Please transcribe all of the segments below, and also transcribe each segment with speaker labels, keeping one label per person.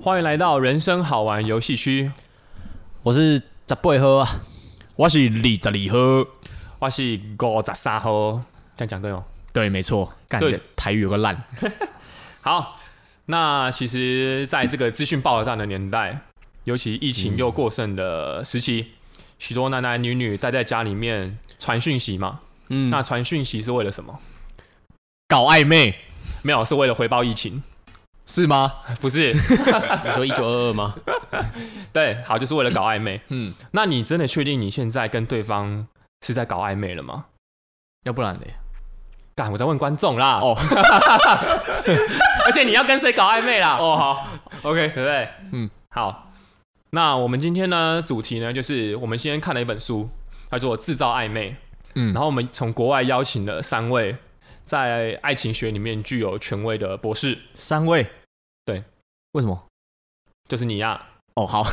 Speaker 1: 欢迎来到人生好玩游戏区，
Speaker 2: 我是杂贝喝啊，
Speaker 3: 我是李十里喝，
Speaker 1: 我是五十三号，这样讲对吗？
Speaker 3: 对，没错，干
Speaker 1: 所以
Speaker 3: 的台语有个烂，
Speaker 1: 好，那其实在这个资讯爆炸的年代，尤其疫情又过剩的时期，许、多男男女女待在家里面传讯息嘛。
Speaker 2: 嗯，
Speaker 1: 那传讯息是为了什么？
Speaker 3: 搞暧昧
Speaker 1: 没有，是为了回报疫情，
Speaker 3: 是吗？
Speaker 1: 不是？
Speaker 2: 你说一九二二吗？
Speaker 1: 对，好，就是为了搞暧昧。
Speaker 3: 嗯，
Speaker 1: 那你真的确定你现在跟对方是在搞暧昧了吗？
Speaker 3: 要不然嘞？
Speaker 1: 干，我在问观众啦。
Speaker 3: 哦，
Speaker 1: 而且你要跟谁搞暧昧啦？哦，好，对
Speaker 3: ，OK，
Speaker 1: 不对？嗯
Speaker 3: 嗯，
Speaker 1: 好。那我们今天呢，主题呢，就是我们今天看了一本书，叫做《制造暧昧》。
Speaker 3: 嗯
Speaker 1: 然后我们从国外邀请了三位在爱情学里面具有权威的博士，
Speaker 3: 三位，
Speaker 1: 对，
Speaker 3: 为什么？
Speaker 1: 就是你呀。
Speaker 3: 哦， 好，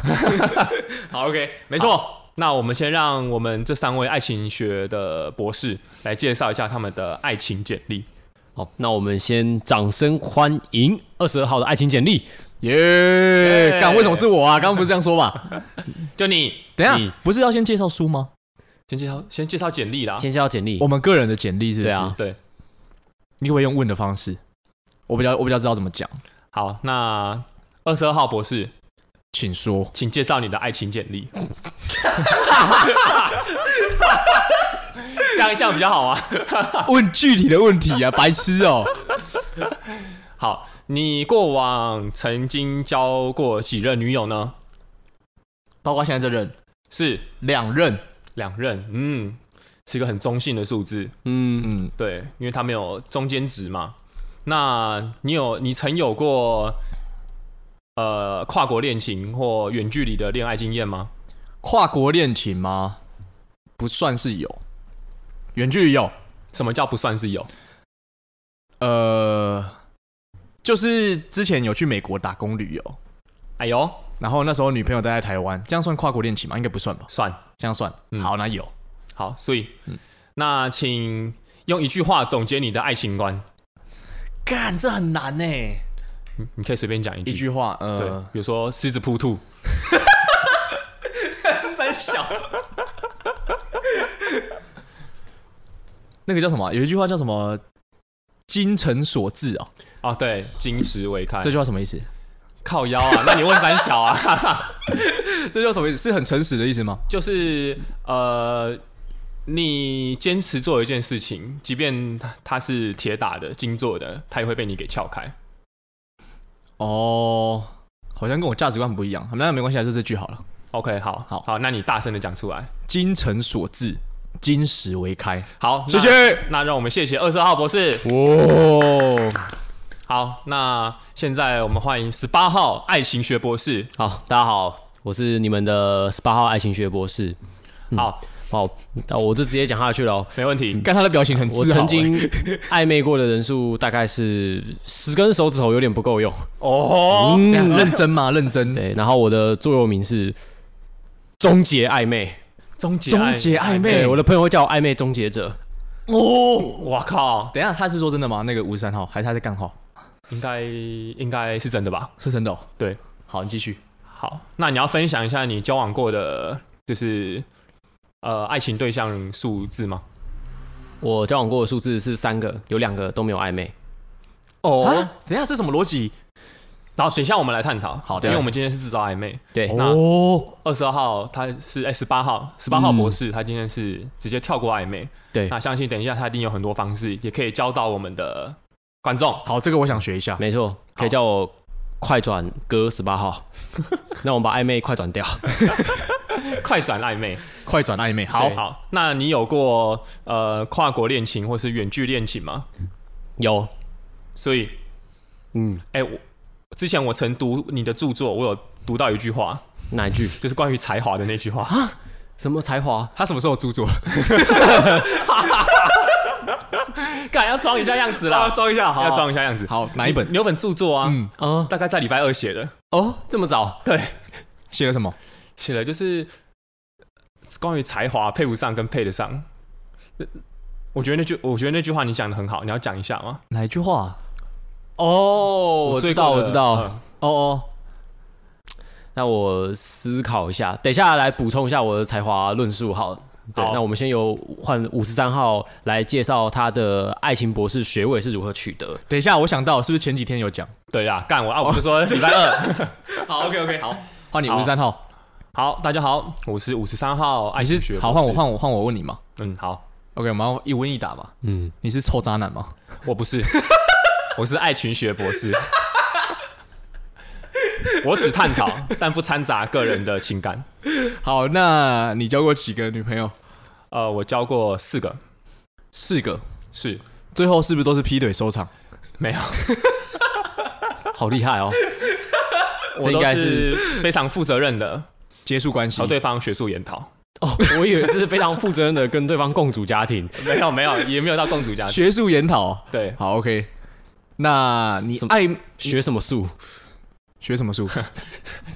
Speaker 1: 好，OK，
Speaker 3: 没
Speaker 1: 没错。
Speaker 3: 错，
Speaker 1: 那我们先让我们这三位爱情学的博士来介绍一下他们的爱情简历。
Speaker 2: 好，那我们先掌声欢迎二十二号的爱情简历。
Speaker 3: 耶！干，为什么是我啊？刚刚不是这样说 吧？
Speaker 1: 就你
Speaker 3: 等
Speaker 2: 你
Speaker 3: 一下，不是要先介绍书吗？
Speaker 1: 先介绍，先介绍简历啦。
Speaker 2: 先介绍简历
Speaker 3: 我，们个人的简历是不
Speaker 2: 对
Speaker 3: 是？
Speaker 2: 啊，
Speaker 1: 对，
Speaker 3: 你可不可以用问的方式？我比较我比较知道怎么讲，
Speaker 1: 好，那二十二号博士，
Speaker 3: 请说。
Speaker 1: 请介绍你的爱情简历。这样这样比较好啊。
Speaker 3: 问具体的问题 啊，白痴哦、
Speaker 1: 好，你过往曾经交过几任女友呢？
Speaker 3: 包括现在这任
Speaker 1: 是
Speaker 3: 两任，
Speaker 1: 两任，嗯，是一个很中性的数字，
Speaker 2: 嗯，
Speaker 3: 嗯，
Speaker 1: 对，因为它没有中间值嘛。那你有你曾有过呃跨国恋情或远距离的恋爱经验吗？
Speaker 3: 跨国恋情吗？不算是有，远距离有，
Speaker 1: 什么叫不算是有？
Speaker 3: 呃，就是之前有去美国打工旅游，
Speaker 1: 哎呦，
Speaker 3: 然后那时候女朋友待在台湾，这样算跨国恋情吗？应该不算吧，
Speaker 1: 算
Speaker 3: 这样算。
Speaker 1: 嗯
Speaker 3: 好，那有
Speaker 1: 好，所以、
Speaker 3: 嗯
Speaker 1: 那请用一句话总结你的爱情观，
Speaker 3: 干，这很难呢。
Speaker 1: 你你可以随便讲一句，
Speaker 3: 一句话，
Speaker 1: 对，
Speaker 3: 呃，
Speaker 1: 比如说狮子扑兔，
Speaker 3: 是三 小。那个叫什么啊？有一句话叫什么？精诚所至哦，
Speaker 1: 啊，对，金石为开，
Speaker 3: 这句话什么意思？
Speaker 1: 靠腰 啊，那你问三小啊，
Speaker 3: 这叫什么意思？是很诚实的意思吗？
Speaker 1: 就是呃，你坚持做一件事情，即便它它是铁打的、金做的，它也会被你给撬开。
Speaker 3: 哦，好像跟我价值观不一样。那没关系啊，就这句好了。
Speaker 1: OK，好，
Speaker 3: 好
Speaker 1: 好，那你大声的讲出来。
Speaker 3: 精诚所至，金石为开。
Speaker 1: 好，
Speaker 3: 谢
Speaker 1: 那。
Speaker 3: 谢。
Speaker 1: 那让我们谢谢二十号博士。
Speaker 3: 哦，
Speaker 1: 好，那现在我们欢迎十八号爱情学博士。
Speaker 2: 好，大家好，我是你们的十八号爱情学博士。
Speaker 3: 嗯
Speaker 1: 好，
Speaker 2: 好，那我就直接讲下去了哦。
Speaker 1: 没问题。
Speaker 3: 看他的表情很自豪
Speaker 2: 我
Speaker 3: 欸
Speaker 2: 曾经 暧昧过的人数大概是十根手指头，有点不够用。
Speaker 1: 哦，
Speaker 3: 等一下认真嘛，认真。
Speaker 2: 对，然后我的座右铭是终结暧昧。
Speaker 1: 终结
Speaker 3: 终结暧昧
Speaker 2: 对，我的朋友会叫我暧昧终结者。
Speaker 3: 哦，
Speaker 1: 我靠，
Speaker 3: 等一下，他是说真的吗？那个五十三号还是他在干号？
Speaker 1: 应该应该是真的吧？
Speaker 3: 是真的哦。
Speaker 1: 对，
Speaker 3: 好，你继续。
Speaker 1: 好，那你要分享一下你交往过的，就是呃爱情对象数字吗？
Speaker 2: 我交往过的数字是三个，有两个都没有暧昧。
Speaker 1: 哦
Speaker 3: 啊，等一下，这什么逻辑？
Speaker 1: 然后等一下我们来探讨，
Speaker 3: 好
Speaker 1: 因为我们今天是制造暧昧。
Speaker 2: 对，
Speaker 1: 那
Speaker 3: 哦，
Speaker 1: 二十二号他是哎十八号，十八号博
Speaker 3: 嗯
Speaker 1: 士他今天是直接跳过暧昧。
Speaker 2: 对
Speaker 1: 那相信等一下他一定有很多方式，也可以教到我们的观众。
Speaker 3: 好，这个我想学一下。
Speaker 2: 没错，可以叫我快转哥十八号。 那我们把暧昧快转掉。
Speaker 1: 快转暧昧，
Speaker 3: 快转暧昧，好
Speaker 1: 对，好。那你有过呃跨国恋情或是远距恋情吗？
Speaker 2: 有，
Speaker 1: 所以
Speaker 2: 嗯，
Speaker 1: 哎、我之前我曾读你的著作，我有读到一句话，
Speaker 2: 哪一句？
Speaker 1: 就是关于才华的那句话。
Speaker 2: 什么才华？
Speaker 3: 他什么时候著 作了？
Speaker 1: 敢要装一下样子啦，
Speaker 3: 装啊一下，
Speaker 1: 要装一下样子。
Speaker 3: 好，哪一本？
Speaker 1: 你有本著作啊，
Speaker 3: 嗯，
Speaker 2: 啊、
Speaker 1: 大概在礼拜二写的，
Speaker 2: 哦，这么早？
Speaker 1: 对，
Speaker 3: 写了什么？
Speaker 1: 写的就是关于才华配不上跟配得上。我觉得那句，我觉得那句话你讲的很好，你要讲一下吗？
Speaker 3: 哪一句话啊？
Speaker 2: 哦，我知道，我知道，
Speaker 1: 嗯
Speaker 3: 哦哦，
Speaker 2: 那我思考一下，等一下来补充一下我的才华论述好了。对
Speaker 1: 好，
Speaker 2: 那我们先由换五十三号来介绍他的爱情博士学位是如何取得。
Speaker 3: 等一下，我想到是不是前几天有讲？
Speaker 1: 对呀，干我啊！我就说礼拜二。
Speaker 3: 好，OK OK，好，换你
Speaker 1: 好
Speaker 3: 五十三号，
Speaker 1: 好，大家好，我是五十三号爱
Speaker 3: 你
Speaker 1: 情
Speaker 3: 是
Speaker 1: 学博士。
Speaker 3: 好换我换我换我问你嘛
Speaker 1: 嗯，好，
Speaker 3: ？OK，我们要一问一答嘛。
Speaker 2: 嗯，
Speaker 3: 你是臭渣男吗？
Speaker 1: 我不是， 我是爱群学博士。 我只探讨，但不掺杂个人的情感。
Speaker 3: 好，那你交过几个女朋友？
Speaker 1: 呃，我教过四个，
Speaker 3: 四个，
Speaker 1: 是
Speaker 3: 最后是不是都是劈腿收场？
Speaker 1: 没有，
Speaker 2: 好厉 害哦！
Speaker 1: 我
Speaker 2: 这应
Speaker 1: 都
Speaker 2: 该
Speaker 1: 是非常负责任的
Speaker 3: 结束关系？
Speaker 1: 哦和对方学术研讨。
Speaker 2: 哦，我以为这是非常负责任的跟对方共组家庭。
Speaker 1: 没有，没有，也没有到共主 家庭。
Speaker 3: 学术研讨。
Speaker 1: 对，
Speaker 3: 好，OK。那你
Speaker 2: 什么
Speaker 3: 爱
Speaker 2: 学什么术？
Speaker 3: 学什么 术？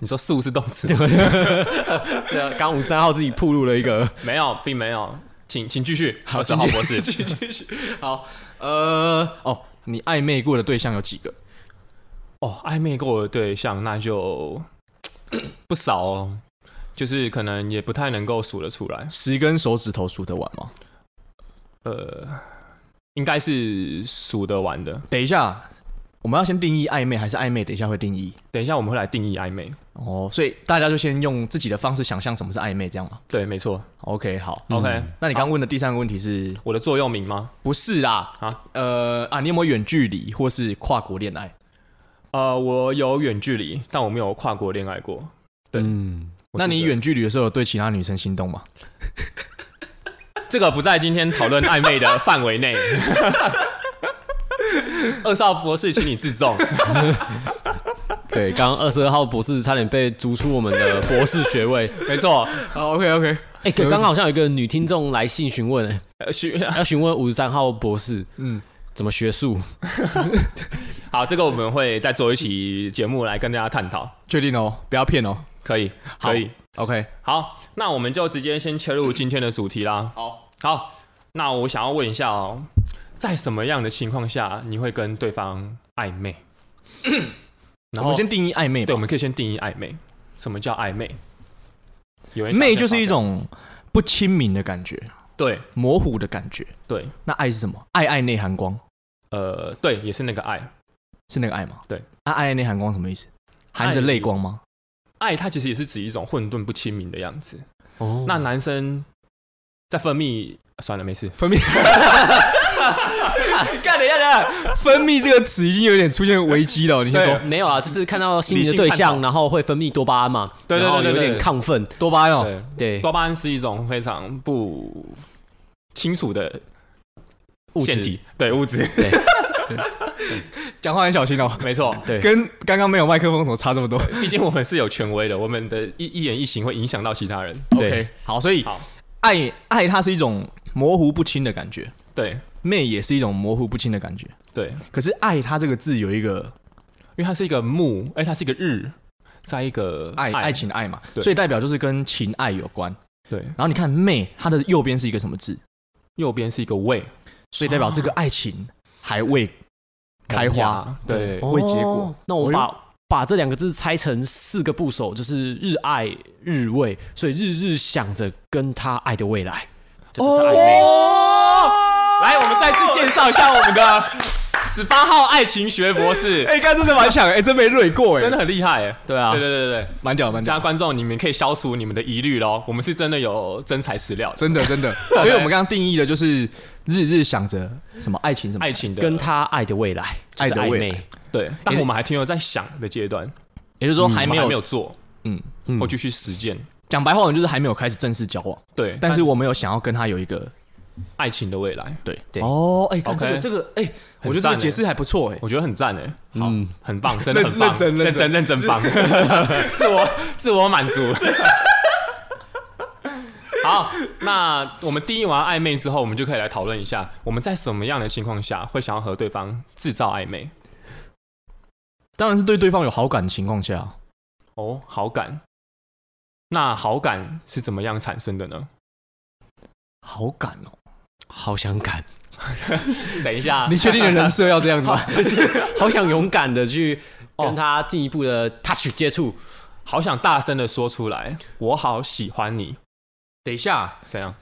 Speaker 1: 你说素是动词，
Speaker 2: 对啊刚五十三号自己铺路了 一个，
Speaker 1: 没有，并没有。请请继续，
Speaker 3: 好
Speaker 1: 我是浩
Speaker 3: 请
Speaker 1: 博 士。
Speaker 3: 好，呃，哦，你暧昧过的对象有几个？
Speaker 1: 哦，暧昧过的对象那就 不少哦，就是可能也不太能够数得出来。
Speaker 3: 十根手指头数得完吗？
Speaker 1: 呃，应该是数得完的。
Speaker 3: 等一下，我们要先定义暧昧，还是暧昧？等一下会定义。
Speaker 1: 等一下我们会来定义暧昧。
Speaker 3: 哦，所以大家就先用自己的方式想象什么是暧昧，这样吗
Speaker 1: 对，没错。
Speaker 3: ？OK，好。
Speaker 1: OK，
Speaker 3: 那你刚刚问的第三个问题是
Speaker 1: 我的座右铭吗？
Speaker 3: 不是啦？
Speaker 1: 啊，
Speaker 3: 呃啊，你有没有远距离或是跨国恋爱？
Speaker 1: 呃，我有远距离，但我没有跨国恋爱过。对
Speaker 2: 嗯，
Speaker 1: 我
Speaker 3: 那
Speaker 1: 是
Speaker 3: 你
Speaker 1: 一个
Speaker 3: 远距离的时候有对其他女生心 动吗？
Speaker 1: 这个不在今天讨论暧昧的范围 内。二少博士，请你自重。
Speaker 2: 对，刚二十二号博士差点被逐出我们的博士学位。
Speaker 1: 没错，
Speaker 3: 好，OK OK，
Speaker 2: 哎、刚刚好像有一个女听众来信询问、哎
Speaker 1: 呃需
Speaker 2: 要询问五十三号博士
Speaker 3: 嗯，
Speaker 2: 怎么学术。
Speaker 1: 好，这个我们会再做一期节目来跟大家探讨。
Speaker 3: 确定哦，不要骗哦。
Speaker 1: 可以，可以。
Speaker 3: OK，
Speaker 1: 好，那我们就直接先切入今天的主题啦。
Speaker 3: 好，
Speaker 1: 好，那我想要问一下哦，在什么样的情况下你会跟对方暧 昧？
Speaker 3: 我
Speaker 1: 然后
Speaker 3: 们先定义暧昧
Speaker 1: 对，
Speaker 3: 吧
Speaker 1: 我。们可以先定义暧昧。什么叫暧昧？有人想
Speaker 3: 昧
Speaker 1: 先
Speaker 3: 就是
Speaker 1: 发
Speaker 3: 一
Speaker 1: 表
Speaker 3: 种不亲民的感觉，
Speaker 1: 对
Speaker 3: 模糊的感觉。
Speaker 1: 对
Speaker 3: 那爱是什么？爱爱内涵光
Speaker 1: 呃对，也是那个爱
Speaker 3: 是那个爱吗？
Speaker 1: 对。
Speaker 3: 啊，爱爱内涵光什么意思？含着泪光吗？
Speaker 1: 爱，它其实也是指一种混沌不清明的样子。
Speaker 2: 哦
Speaker 1: 那男生在分泌，算了，没事。
Speaker 3: 分泌。干等一下，等一下， 分泌这个词已经有点出现危机了。你先说
Speaker 1: 对
Speaker 2: 没有啊，就是看到心仪的
Speaker 1: 理性
Speaker 2: 对
Speaker 1: 探
Speaker 2: 象，
Speaker 1: 讨
Speaker 2: 然后会分泌多巴胺嘛，
Speaker 1: 对对
Speaker 2: 然后
Speaker 1: 对对
Speaker 2: 有
Speaker 1: 对
Speaker 2: 点亢奋，
Speaker 3: 多巴胺哦，
Speaker 1: 对，
Speaker 2: 对，
Speaker 1: 多巴胺是一种非常不清楚的
Speaker 2: 物
Speaker 1: 腺
Speaker 2: 质
Speaker 1: 体，对物质，
Speaker 3: 讲话很小心哦。
Speaker 1: 没 错。
Speaker 2: 对
Speaker 3: 跟刚刚没有麦克风怎么差这么多
Speaker 1: 毕竟我们是有权威的，我们的一一言一行会影响到其他人。
Speaker 2: 对
Speaker 3: ？OK，好，所以
Speaker 1: 好
Speaker 3: 爱爱它是一种模糊不清的感觉，
Speaker 1: 对
Speaker 3: 媚也是一种模糊不清的感觉。
Speaker 1: 对，因
Speaker 3: 可是爱它这个字有一个
Speaker 1: 为它是一个木，哎，它是一个日，在一个
Speaker 3: 爱爱
Speaker 1: 爱
Speaker 3: 情的爱嘛，
Speaker 1: 对
Speaker 3: 所以代表就是跟情爱有关。
Speaker 1: 对，
Speaker 3: 然后你看媚，它的右边是一个什么字？
Speaker 1: 右边是一个未
Speaker 3: 所以代表这个爱情还未开花，
Speaker 1: 对
Speaker 3: 未结果
Speaker 2: 哦。那我
Speaker 3: 我
Speaker 2: 把把这两个字拆成四个部首，就是日爱日畏，所以日日想着跟他爱的未来，这
Speaker 3: 哦
Speaker 2: 就是暧昧。
Speaker 1: 哦 来，我们再次介绍一下我们的 十八号爱情学博 士，
Speaker 3: 哎，刚真的蛮强，哎，真没蕊过，哎，
Speaker 1: 真的很厉害耶。
Speaker 2: 对啊
Speaker 1: 对，对对对对，
Speaker 3: 蛮屌，蛮
Speaker 1: 现在
Speaker 3: 屌，
Speaker 1: 观众你们可以消除你们的疑虑喽，我们是真的有真材实料的，
Speaker 3: 真的真 的。所以我们刚刚定义的就是日日想着什么爱情什么
Speaker 1: 爱，情的
Speaker 2: 跟他爱的未来，就
Speaker 3: 爱
Speaker 2: 是
Speaker 3: 的
Speaker 2: 暧
Speaker 3: 未
Speaker 2: 昧
Speaker 3: 来。
Speaker 1: 对，但我们还停留在想的阶段，
Speaker 3: 也就是说还
Speaker 1: 我
Speaker 3: 没
Speaker 1: 嗯们还没
Speaker 3: 有
Speaker 1: 有做，
Speaker 3: 嗯，
Speaker 1: 或继续实践。
Speaker 3: 讲白话文就是还没有开始正式交往，
Speaker 1: 对，
Speaker 3: 但是我们有想要跟他有一个
Speaker 1: 爱情的未来，
Speaker 3: 对
Speaker 2: 对
Speaker 3: 哦，哎，看
Speaker 1: OK
Speaker 3: 这个这个哎，我觉得这
Speaker 1: 赞哎
Speaker 3: 个解释还不错，哎，
Speaker 1: 我觉得很赞诶，好，
Speaker 2: 嗯
Speaker 1: 很 棒，真的很棒，
Speaker 3: 认真
Speaker 1: 认
Speaker 3: 认
Speaker 1: 真
Speaker 3: 真
Speaker 1: 认真 棒，自我自我满足。 好，那我们定义完暧昧之后，我们就可以来讨论一下，我们在什么样的情况下会想要和对方制造暧昧？
Speaker 3: 当然是对对方有好感的情况下，
Speaker 1: 哦，好感。那好感是怎么样产生的呢？
Speaker 3: 好感哦。
Speaker 2: 好想 敢，
Speaker 1: 等一下，
Speaker 3: 你确定你的人设要这 样子吗？
Speaker 2: 哦好想勇敢的去跟他进一步的 touch 接触，
Speaker 1: 好想大声的说出来，我好喜欢你，
Speaker 3: 等一下，
Speaker 1: 怎样？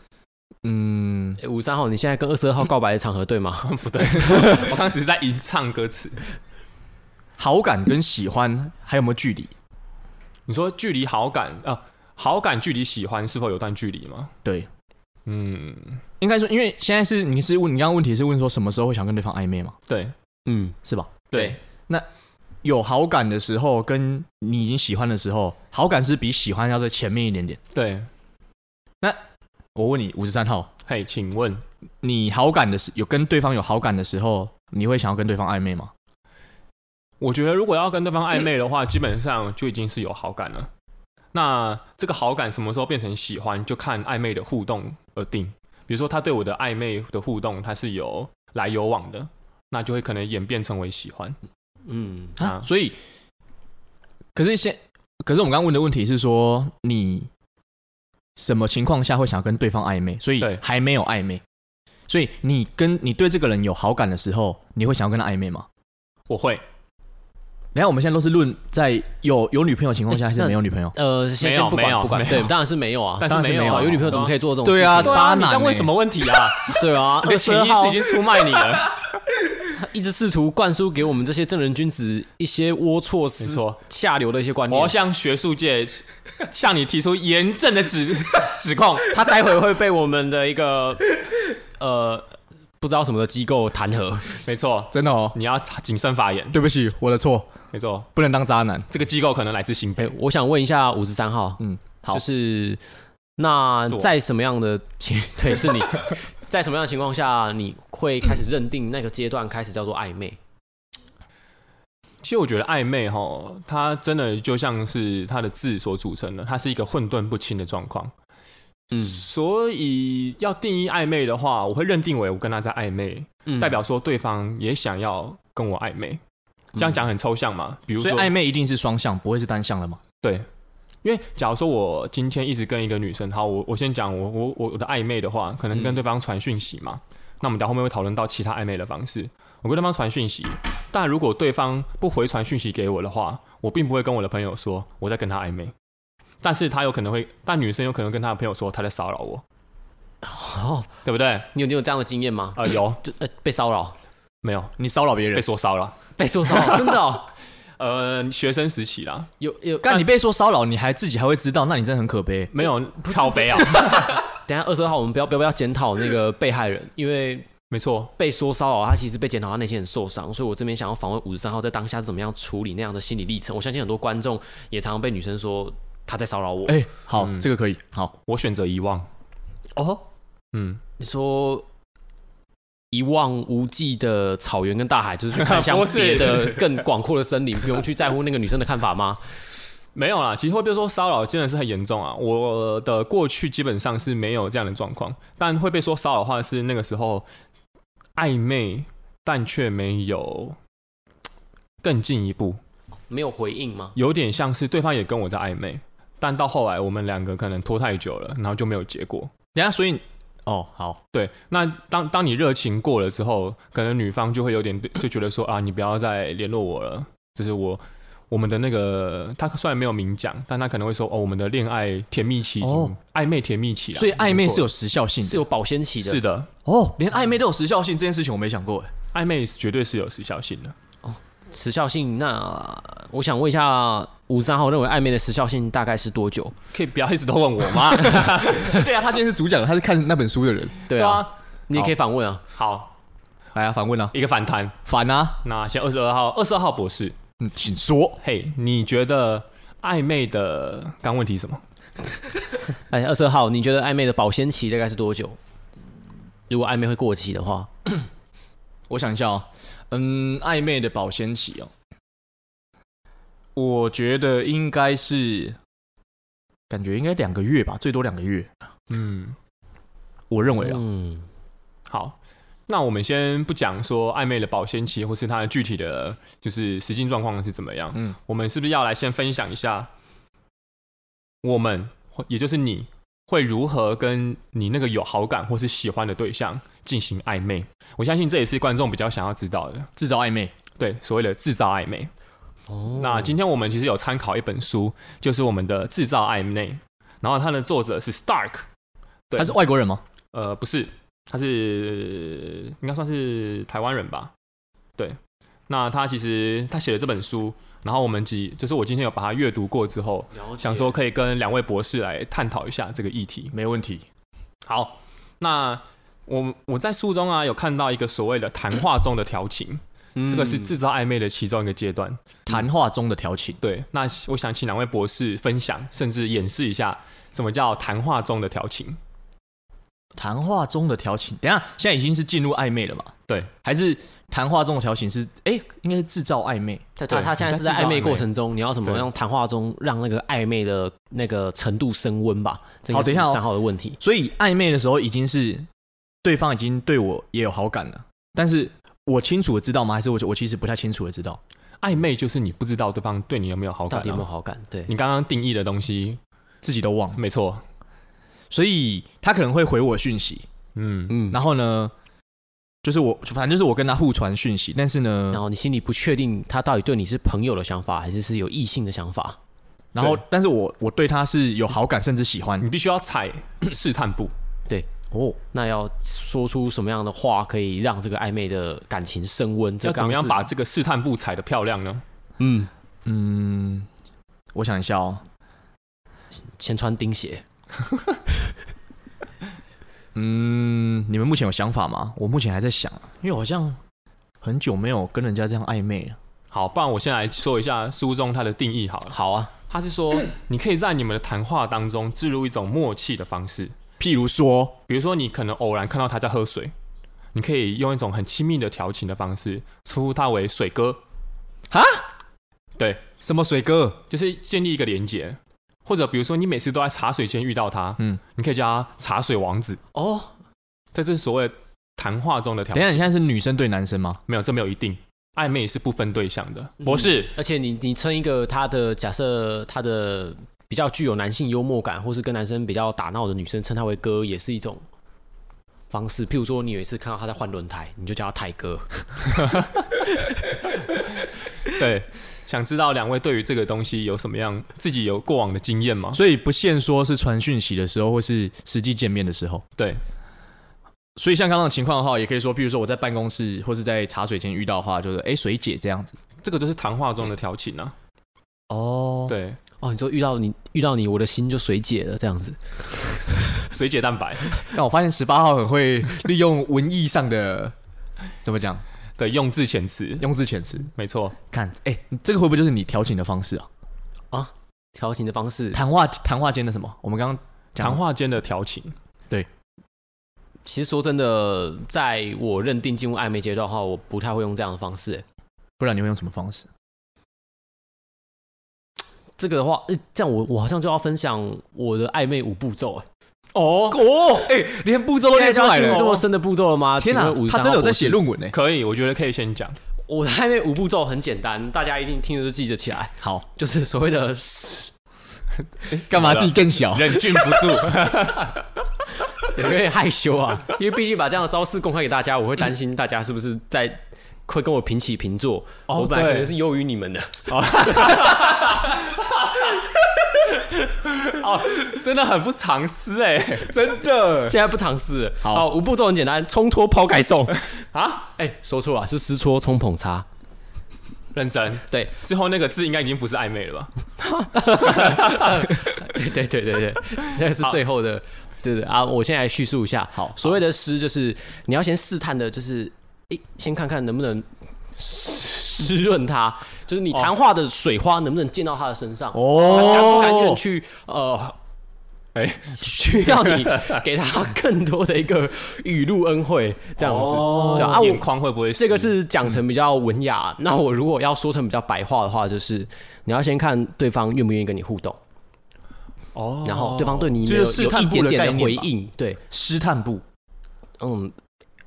Speaker 3: 嗯，
Speaker 2: 五三号，你现在跟二十二号告白的场合对吗？
Speaker 1: 不对，我刚刚只是在吟唱歌词。
Speaker 3: 好感跟喜欢还有没有距离？
Speaker 1: 你说距离好感啊、好感距离喜欢是否有段距离吗？
Speaker 3: 对，
Speaker 1: 嗯，
Speaker 3: 应该说，因为现在是你是问你刚刚问题是问说什么时候会想跟对方暧昧嘛，
Speaker 1: 对
Speaker 2: 嗯，
Speaker 3: 是吧？
Speaker 1: 对，
Speaker 3: 有好感的时候，跟你已经喜欢的时候，好感是比喜欢要在前面一点点。
Speaker 1: 对，
Speaker 3: 我问你，五十三号，
Speaker 1: 嘿，请问
Speaker 3: 你好感的时有跟对方有好感的时候，你会想要跟对方暧昧吗？
Speaker 1: 我觉得如果要跟对方暧昧的话，基本上就已经是有好感了。那这个好感什么时候变成喜欢，就看暧昧的互动而定。比如说他对我的暧昧的互动，它是有来有往的，那就会可能演变成为喜欢。
Speaker 2: 嗯，
Speaker 1: 啊
Speaker 3: 啊，所以，可是现，可是我们刚刚问的问题是说，你什么情况下会想要跟对方暧昧？所以
Speaker 1: 对
Speaker 3: 还没有暧昧，所以你跟你对这个人有好感的时候，你会想要跟他暧昧吗？
Speaker 1: 我会
Speaker 3: 然后我们现在都是论在有有女朋友的情况下，
Speaker 2: 欸
Speaker 3: 还是没有女朋友？
Speaker 2: 呃，先
Speaker 1: 没有
Speaker 2: 先不
Speaker 1: 没有
Speaker 2: 管不管，
Speaker 1: 没有
Speaker 2: 对，当然是没有啊，
Speaker 1: 但
Speaker 3: 当
Speaker 1: 是
Speaker 3: 然是
Speaker 1: 没有
Speaker 3: 没
Speaker 1: 啊
Speaker 2: 有女朋友怎么可以做这种事
Speaker 3: 对啊
Speaker 2: 情？
Speaker 1: 对
Speaker 3: 渣
Speaker 1: 啊，
Speaker 3: 男
Speaker 1: 你在
Speaker 3: 欸
Speaker 1: 问什么问题啊？
Speaker 2: 对啊，
Speaker 1: 你的
Speaker 2: 二十
Speaker 1: 潜
Speaker 2: 二
Speaker 1: 意识
Speaker 2: 号
Speaker 1: 已经出卖你 了，
Speaker 2: 他一直试图灌输给我们这些正人君子一些龌龊、
Speaker 1: 没
Speaker 2: 思
Speaker 1: 错。
Speaker 2: 下流的一些观
Speaker 1: 我要
Speaker 2: 念。
Speaker 1: 向学术界向你提出严正的指 指控。
Speaker 2: 他待会会被我们的一个呃不知道什么的机构弹劾。
Speaker 1: 没错，
Speaker 3: 真的哦，
Speaker 1: 你要谨慎发言。
Speaker 3: 对不起，我的错，
Speaker 1: 没错，
Speaker 3: 不能当渣男。
Speaker 1: 这个机构可能来自新
Speaker 2: 哎、
Speaker 1: 北。
Speaker 2: 我想问一下五十三号，
Speaker 3: 嗯，好
Speaker 2: 就是那
Speaker 1: 是我
Speaker 2: 在什么样的情 对是你，在什么样的情况下你会开始认定那个阶段开始叫做暧昧？
Speaker 1: 其实我觉得暧昧哈，它真的就像是它的字所组成的，它是一个混沌不清的状况。
Speaker 2: 嗯
Speaker 1: 所以要定义暧昧的话，我会认定为我跟他在暧昧，
Speaker 2: 嗯
Speaker 1: 代表说对方也想要跟我暧昧。
Speaker 2: 嗯
Speaker 1: 这样讲很抽象嘛？比如
Speaker 3: 嗯所
Speaker 1: 说
Speaker 3: 以暧昧一定是双向，不会是单向的嘛？
Speaker 1: 对，因为假如说我今天一直跟一个女生，好，我我先讲我我我我的暧昧的话，可能是跟对方传讯息嘛。那我们到后面会讨论到其他暧昧的方式。我跟对方传讯息，但如果对方不回传讯息给我的话，我并不会跟我的朋友说我在跟他暧昧。但是他有可能会，但女生有可能跟她的朋友说她在骚扰我，
Speaker 2: 哦，
Speaker 1: 对不对？
Speaker 2: 你有你有这样的经验吗？
Speaker 1: 呃，有
Speaker 2: 就呃被骚扰，
Speaker 1: 没有
Speaker 3: 你骚扰别
Speaker 1: 被
Speaker 3: 人，
Speaker 1: 说骚扰？
Speaker 2: 被说骚扰，真的哦、
Speaker 1: 呃，学生时期啦，
Speaker 2: 有有。
Speaker 3: 干你被说骚扰，你还自己还会知道，那你真的很可悲。
Speaker 1: 没有靠背啊，
Speaker 2: 等一下二十二号，我们不要不要不要检讨那个被害人，因为
Speaker 1: 没错，
Speaker 2: 被说骚扰，他其实被检讨，他内心很受伤，所以我这边想要访问五十三号在当下是怎么样处理那样的心理历程。我相信很多观众也常常被女生说她在骚扰我。
Speaker 3: 哎，好，这个可以，好，
Speaker 1: 我选择遗忘。
Speaker 2: 哦，
Speaker 1: 嗯，
Speaker 2: 你说一望无际的草原跟大海，就是去 看向
Speaker 1: 不是
Speaker 2: 别的更广阔的森林，不用去在乎那个女生的看法吗？
Speaker 1: 没有啦，其实会被说骚扰真的是很严重啊。我的过去基本上是没有这样的状况，但会被说骚扰的话是那个时候暧昧，但却没有更进一步，
Speaker 2: 没有回应吗？
Speaker 1: 有点像是对方也跟我在暧昧，但到后来我们两个可能拖太久了，然后就没有结果。
Speaker 3: 等一下，所以哦，好，
Speaker 1: 对，那当当你热情过了之后，可能女方就会有点就觉得说啊，你不要再联络我了，就是我我们的那个，他虽然没有明讲，但他可能会说哦，我们的恋爱甜蜜期已经、
Speaker 3: 哦
Speaker 1: 暧昧甜蜜期了，
Speaker 3: 所以暧昧是
Speaker 1: 有
Speaker 3: 有时效性
Speaker 2: 是
Speaker 3: 的
Speaker 2: 有保鲜期的，
Speaker 1: 嗯是的，
Speaker 3: 哦，连暧昧都有时效性这件事情我没想过哎。
Speaker 1: 暧昧绝对是有时效性的。
Speaker 2: 时效性。那我想问一下五三号，认为暧昧的时效性大概是 多久？
Speaker 1: 可以不要一直都问我吗？
Speaker 3: 对啊，他今天是主讲，他是看那本书的人。
Speaker 2: 对啊，，你也可以反问啊。
Speaker 1: 好，
Speaker 3: 来啊，反问啊，
Speaker 1: 一个反弹。
Speaker 3: 反啊，
Speaker 1: 那先二十二号，二十二号博士，
Speaker 3: 嗯，请说。
Speaker 1: 嘿、你觉得暧昧的刚问题是什么？
Speaker 2: 哎，二十二号，你觉得暧昧的保鲜期大概是多久？如果暧昧会过期的话，
Speaker 3: 我想一下哦，嗯，暧昧的保鲜期哦，我觉得应该是，感觉应该两个月吧，最多两个月，
Speaker 1: 嗯，
Speaker 3: 我认为啊。
Speaker 2: 嗯，
Speaker 1: 好，那我们先不讲说暧昧的保鲜期，或是它的具体的就是实际状况是怎么样。
Speaker 3: 嗯
Speaker 1: 嗯，我们是不是要来先分享一下，我们或也就是你会如何跟你那个有好感或是喜欢的对象进行暧昧？我相信这也是观众比较想要知道的，
Speaker 3: 制造暧昧，
Speaker 1: 对所谓的制造暧昧。
Speaker 2: 哦
Speaker 1: 那今天我们其实有参考一本书，就是我们的《制造暧昧》，然后它的作者是 Stark，对
Speaker 3: 他是外国人吗？
Speaker 1: 呃，不是，他是应该算是台湾人吧？对。那他其实他写了这本书，然后我们几就是我今天有把它阅读过之后，想说可以跟两位博士来探讨一下这个议题。
Speaker 3: 没问题。
Speaker 1: 好，那我我在书中啊有看到一个所谓的谈话中的调情，这个
Speaker 2: 嗯
Speaker 1: 是制造暧昧的其中一个阶段。
Speaker 3: 谈话中的调情，
Speaker 1: 对，那我想请两位博士分享，甚至演示一下什么叫谈话中的调情。
Speaker 3: 谈话中的调情。等一下，现在已经是进入暧昧了嘛？
Speaker 1: 对，
Speaker 3: 还是谈话中的调情是？哎、应该是制造暧昧。
Speaker 2: 对他
Speaker 1: 对
Speaker 2: 他现在是在
Speaker 1: 你在制
Speaker 2: 暧
Speaker 1: 造
Speaker 2: 昧
Speaker 1: 暧
Speaker 2: 过
Speaker 1: 昧
Speaker 2: 程中，你要怎么
Speaker 1: 对
Speaker 2: 用谈话中让那个暧昧的那个程度升温吧？这
Speaker 3: 好等一下哦
Speaker 2: 三号的问题，
Speaker 3: 所以暧昧的时候已经是对方已经对我也有好感了，但是我清楚的知道吗？还是我我其实不太清楚的知道？
Speaker 1: 暧昧就是你不知道对方对你有没有好感、
Speaker 2: 到
Speaker 1: 啊，
Speaker 2: 底有没有好感？对，
Speaker 1: 你刚刚定义的东西，
Speaker 3: 自己都忘了。
Speaker 1: 没错，
Speaker 3: 所以他可能会回我讯息，
Speaker 1: 嗯，
Speaker 2: 嗯，
Speaker 3: 然后呢，就是我反正就是我跟他互传讯息，但是呢，
Speaker 2: 然后你心里不确定他到底对你是朋友的想法，还是是有异性的想法。
Speaker 3: 然后
Speaker 1: 对
Speaker 3: 但是我我对他是有好感，甚至喜欢
Speaker 1: 你必须要踩试探步，
Speaker 2: 对，
Speaker 3: 哦。
Speaker 2: 那要说出什么样的话可以让这个暧昧的感情升温？这
Speaker 1: 要怎么
Speaker 2: 刚刚
Speaker 1: 样
Speaker 2: 是
Speaker 1: 把这个试探步踩得漂亮呢？
Speaker 2: 嗯，
Speaker 3: 嗯，我想一下哦，
Speaker 2: 先穿钉鞋，
Speaker 3: 嗯，你们目前有想法吗？我目前还在想，因为我好像很久没有跟人家这样暧昧了。
Speaker 1: 好，不然我先来说一下书中它的定义好了。
Speaker 2: 好啊，
Speaker 1: 它是 说，你可以在你们的谈话当中置入一种默契的方式，
Speaker 3: 譬如说，
Speaker 1: 比如说你可能偶然看到他在喝水，你可以用一种很亲密的调情的方式，称呼他为水哥，
Speaker 3: 什么水哥？
Speaker 1: 就是建立一个连结。或者比如说你每次都在茶水间遇到他，
Speaker 3: 嗯
Speaker 1: 嗯，你可以叫他茶水王子，
Speaker 2: 哦，
Speaker 1: 这就是所谓谈话中的调
Speaker 3: 等一下，
Speaker 1: 情。
Speaker 3: 你现在是女生对男生吗？
Speaker 1: 没有，这没有一定，暧昧是不分对象的，
Speaker 2: 嗯
Speaker 1: 博士。
Speaker 2: 而且你你称一个他的假设他的比较具有男性幽默感，或是跟男生比较打闹的女生，称他为哥也是一种方式。譬如说，你有一次看到他在换轮胎，你就叫他泰哥。
Speaker 1: 对，想知道两位对于这个东西有什么样自己有过往的经验吗？
Speaker 3: 所以不限说是传讯息的时候，或是实际见面的时候。
Speaker 1: 对，
Speaker 3: 所以像刚刚的情况的话，也可以说，譬如说我在办公室或是在茶水间遇到的话，就是哎、水姐这样子。
Speaker 1: 这个就是谈话中的调情啊。
Speaker 3: 哦，
Speaker 1: 对，
Speaker 2: 哦，你说遇到你遇到你，我的心就水解了这样子。
Speaker 1: 水解蛋白，
Speaker 3: 但我发现十八号很会利用文艺上的怎么讲
Speaker 1: 对，用字遣词，
Speaker 3: 用字遣词。
Speaker 1: 没错，
Speaker 3: 看，哎、这个会不会就是你调情的方式啊？
Speaker 2: 调情的方式，
Speaker 3: 谈话谈话间的什么？我们刚刚讲
Speaker 1: 谈话间的调情。
Speaker 2: 其实说真的，在我认定进入暧昧阶段的话，我不太会用这样的方式。
Speaker 3: 不然你会用什么方式？
Speaker 2: 这个的话，诶这样我我好像就要分享我的暧昧五步骤。诶
Speaker 1: 哦，
Speaker 3: 哦，哎、连步骤都列出来
Speaker 2: 现在要进入
Speaker 3: 了哦
Speaker 2: 哎这。么深的步骤了吗？
Speaker 3: 天哪、
Speaker 2: 啊请问53
Speaker 3: 他真的有在
Speaker 2: 博士
Speaker 3: 写论文欸呢、
Speaker 1: 可以，我觉得可以先讲。
Speaker 2: 我的暧昧五步骤很简单，大家一定听着就记得起来，
Speaker 3: 好，
Speaker 2: 就是所谓的
Speaker 3: 干嘛自己更小？
Speaker 1: 忍俊不住，
Speaker 2: 有点害羞啊，因为毕竟把这样的招式公开给大家，我会担心大家是不是在会跟我平起平坐，
Speaker 1: 哦
Speaker 2: 我本来可能
Speaker 1: 对
Speaker 2: 是优于你们的。
Speaker 1: 真的很不藏私 哎、
Speaker 3: 真的
Speaker 2: 现在不尝试了，
Speaker 3: 好
Speaker 2: 五步骤很简单：冲脱、抛盖、送。
Speaker 1: 啊！
Speaker 2: 哎、说错了，是撕搓、冲捧、擦。
Speaker 1: 认真，
Speaker 2: 对，
Speaker 1: 最后那个字应该已经不是暧昧了吧？
Speaker 2: 对对对对对，那个是最后的。对对啊，我现在来叙述一下。
Speaker 3: 好
Speaker 2: 所谓的诗就是你要先试探的，就是诶、先看看能不能湿湿润它，就是你谈话的水花能不能溅到他的身上，他甘不甘愿
Speaker 3: 哦，
Speaker 2: 去呃。
Speaker 1: 哎
Speaker 2: 需要你给他更多的一个语录恩惠，这样子。
Speaker 3: 哦
Speaker 2: 对啊，我
Speaker 1: 眼眶会不会
Speaker 2: 这个
Speaker 1: 湿
Speaker 2: 是讲成比较文雅。那我如果要说成比较白话的话，就是你要先看对方愿不愿意跟你互动，
Speaker 1: 哦
Speaker 2: 然后对方对你有
Speaker 3: 这
Speaker 2: 有
Speaker 3: 就是试探
Speaker 2: 一
Speaker 3: 步的
Speaker 2: 点
Speaker 3: 概
Speaker 2: 点的回
Speaker 3: 念吧
Speaker 2: 应。对，
Speaker 3: 湿探部
Speaker 2: 嗯，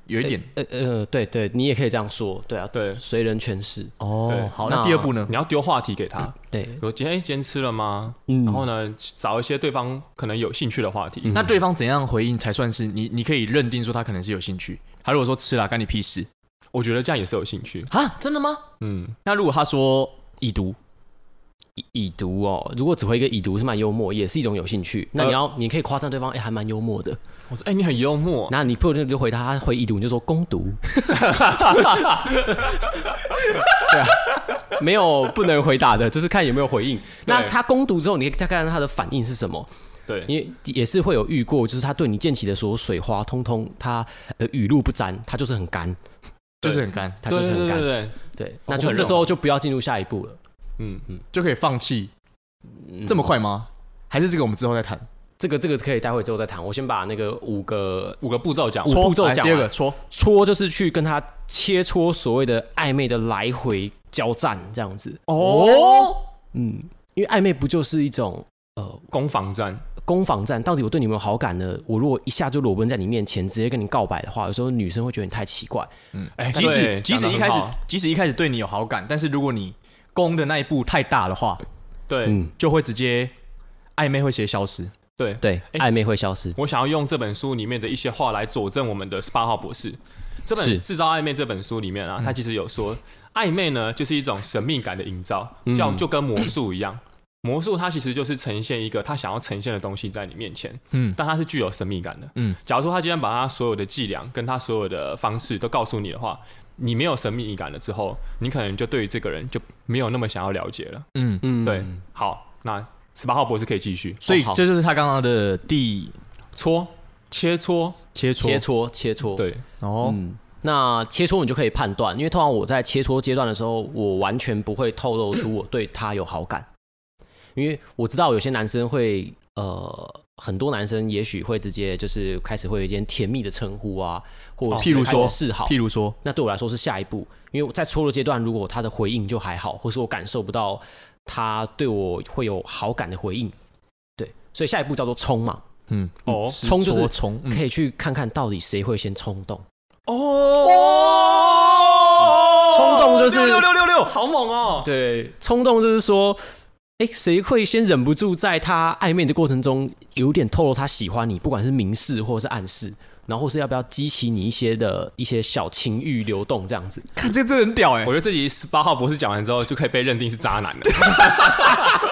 Speaker 3: 有一点
Speaker 2: 呃呃，对对，你也可以这样说，对啊，
Speaker 1: 对
Speaker 2: 随人诠释。
Speaker 1: 对
Speaker 3: 哦。好，
Speaker 2: 那
Speaker 3: 那第二步呢？
Speaker 1: 你要丢话题给他，
Speaker 2: 对，
Speaker 1: 比如今天哎今天吃了吗？
Speaker 2: 嗯
Speaker 1: 然后呢，找一些对方可能有兴趣的话题。
Speaker 2: 嗯
Speaker 3: 那对方怎样回应才算是你？你可以认定说他可能是有兴趣。他如果说吃了，干你屁事
Speaker 1: 我觉得这样也是有兴趣。
Speaker 2: 啊，真的吗？
Speaker 1: 嗯，
Speaker 3: 那如果他说已读，
Speaker 2: 已已读哦，如果只会一个已读是蛮幽默，也是一种有兴趣。那你要、你可以夸赞对方，哎、还蛮幽默的。
Speaker 1: 我说，哎、你很幽默，
Speaker 2: 那你不如就回他，他回已读你就说攻读。 对啊，没有不能回答的，就是看有没有回应。那他攻读之后，你可以再看看他的反应是什么。
Speaker 1: 对，
Speaker 2: 因为也是会有遇过，就是他对你溅起的所有水花，通通他呃语录不沾，他就是很干，
Speaker 1: 对
Speaker 3: 就是很干，
Speaker 2: 他就是很
Speaker 1: 对对
Speaker 2: 干
Speaker 1: 对。对，
Speaker 2: 对，
Speaker 1: 我
Speaker 2: 那就
Speaker 1: 很
Speaker 2: 这
Speaker 1: 容
Speaker 2: 时候就不要进入下一步了。
Speaker 1: 嗯，
Speaker 3: 就可以放弃，
Speaker 2: 嗯
Speaker 3: 这么快吗？还是这个我们之后再谈？
Speaker 2: 这个这个可以待会之后再谈。我先把那个五个
Speaker 1: 五个步骤讲，
Speaker 2: 五
Speaker 3: 搓
Speaker 2: 步骤
Speaker 3: 来
Speaker 2: 讲
Speaker 3: 第二
Speaker 2: 完
Speaker 3: 个搓，
Speaker 2: 戳，就是去跟他切磋所谓的暧昧的来回交战这样子。
Speaker 1: 哦，
Speaker 2: 嗯，因为暧昧不就是一种呃
Speaker 1: 攻防战，
Speaker 2: 攻防战？到底我对你有没有好感呢？我如果一下就裸奔在你面前，直接跟你告白的话，有时候女生会觉得你太奇怪。
Speaker 3: 哎，
Speaker 1: 对讲得
Speaker 3: 即使即使一
Speaker 1: 很
Speaker 3: 开始
Speaker 1: 好
Speaker 3: 即使一开始对你有好感，但是如果你攻的那一步太大的话，
Speaker 1: 对、
Speaker 2: 嗯，
Speaker 3: 就会直接暧昧会直接消失。
Speaker 1: 对。
Speaker 2: 对，
Speaker 1: 哎
Speaker 2: 暧昧会消失。
Speaker 1: 我想要用这本书里面的一些话来佐证我们的十八号博士。这本
Speaker 2: 是
Speaker 1: 《制造暧昧》这本书里面
Speaker 3: 嗯
Speaker 1: 啊，他其实有说，暧昧呢就是一种神秘感的营造，
Speaker 3: 嗯
Speaker 1: 叫就跟魔术一样。魔术它其实就是呈现一个他想要呈现的东西在你面前，
Speaker 3: 嗯
Speaker 1: 但它是具有神秘感的。
Speaker 3: 嗯，
Speaker 1: 假如说他今天把他所有的伎俩跟他所有的方式都告诉你的话，你没有神秘感了之后，你可能就对于这个人就没有那么想要了解了。
Speaker 3: 嗯，
Speaker 2: 嗯，
Speaker 1: 对，好，那十八号博士可以继续
Speaker 3: 所以
Speaker 2: 哦好
Speaker 3: 这就是他刚刚的第
Speaker 1: 搓切磋，
Speaker 3: 切磋
Speaker 2: 切磋切磋。
Speaker 1: 对，
Speaker 3: 哦，
Speaker 2: 嗯，那切磋你就可以判断，因为通常我在切磋阶段的时候，我完全不会透露出我对他有好感，因为我知道有些男生会，呃，很多男生也许会直接就是开始会有一些甜蜜的称呼啊，或者
Speaker 3: 哦
Speaker 2: 是
Speaker 3: 譬如
Speaker 2: 开始
Speaker 3: 说
Speaker 2: 示好，
Speaker 3: 譬如说，
Speaker 2: 那对我来说是下一步，因为我在戳的阶段，如果他的回应就还好，或是我感受不到他对我会有好感的回应，对，所以下一步叫做冲嘛，
Speaker 3: 嗯，
Speaker 1: 哦
Speaker 2: 冲就是
Speaker 3: 搓冲，嗯
Speaker 2: 可以去看看到底谁会先冲动。
Speaker 1: 哦，
Speaker 2: 冲动就是
Speaker 1: 六六六六六，好猛哦！
Speaker 2: 对，冲动就是说，哎，谁会先忍不住在他暧昧的过程中有点透露他喜欢你，不管是明示或者是暗示，然后或是要不要激起你一些的一些小情欲流动这样子。
Speaker 3: 看这个真的很屌哎
Speaker 1: 我觉得这集十八号博士讲完之后，就可以被认定是渣男了。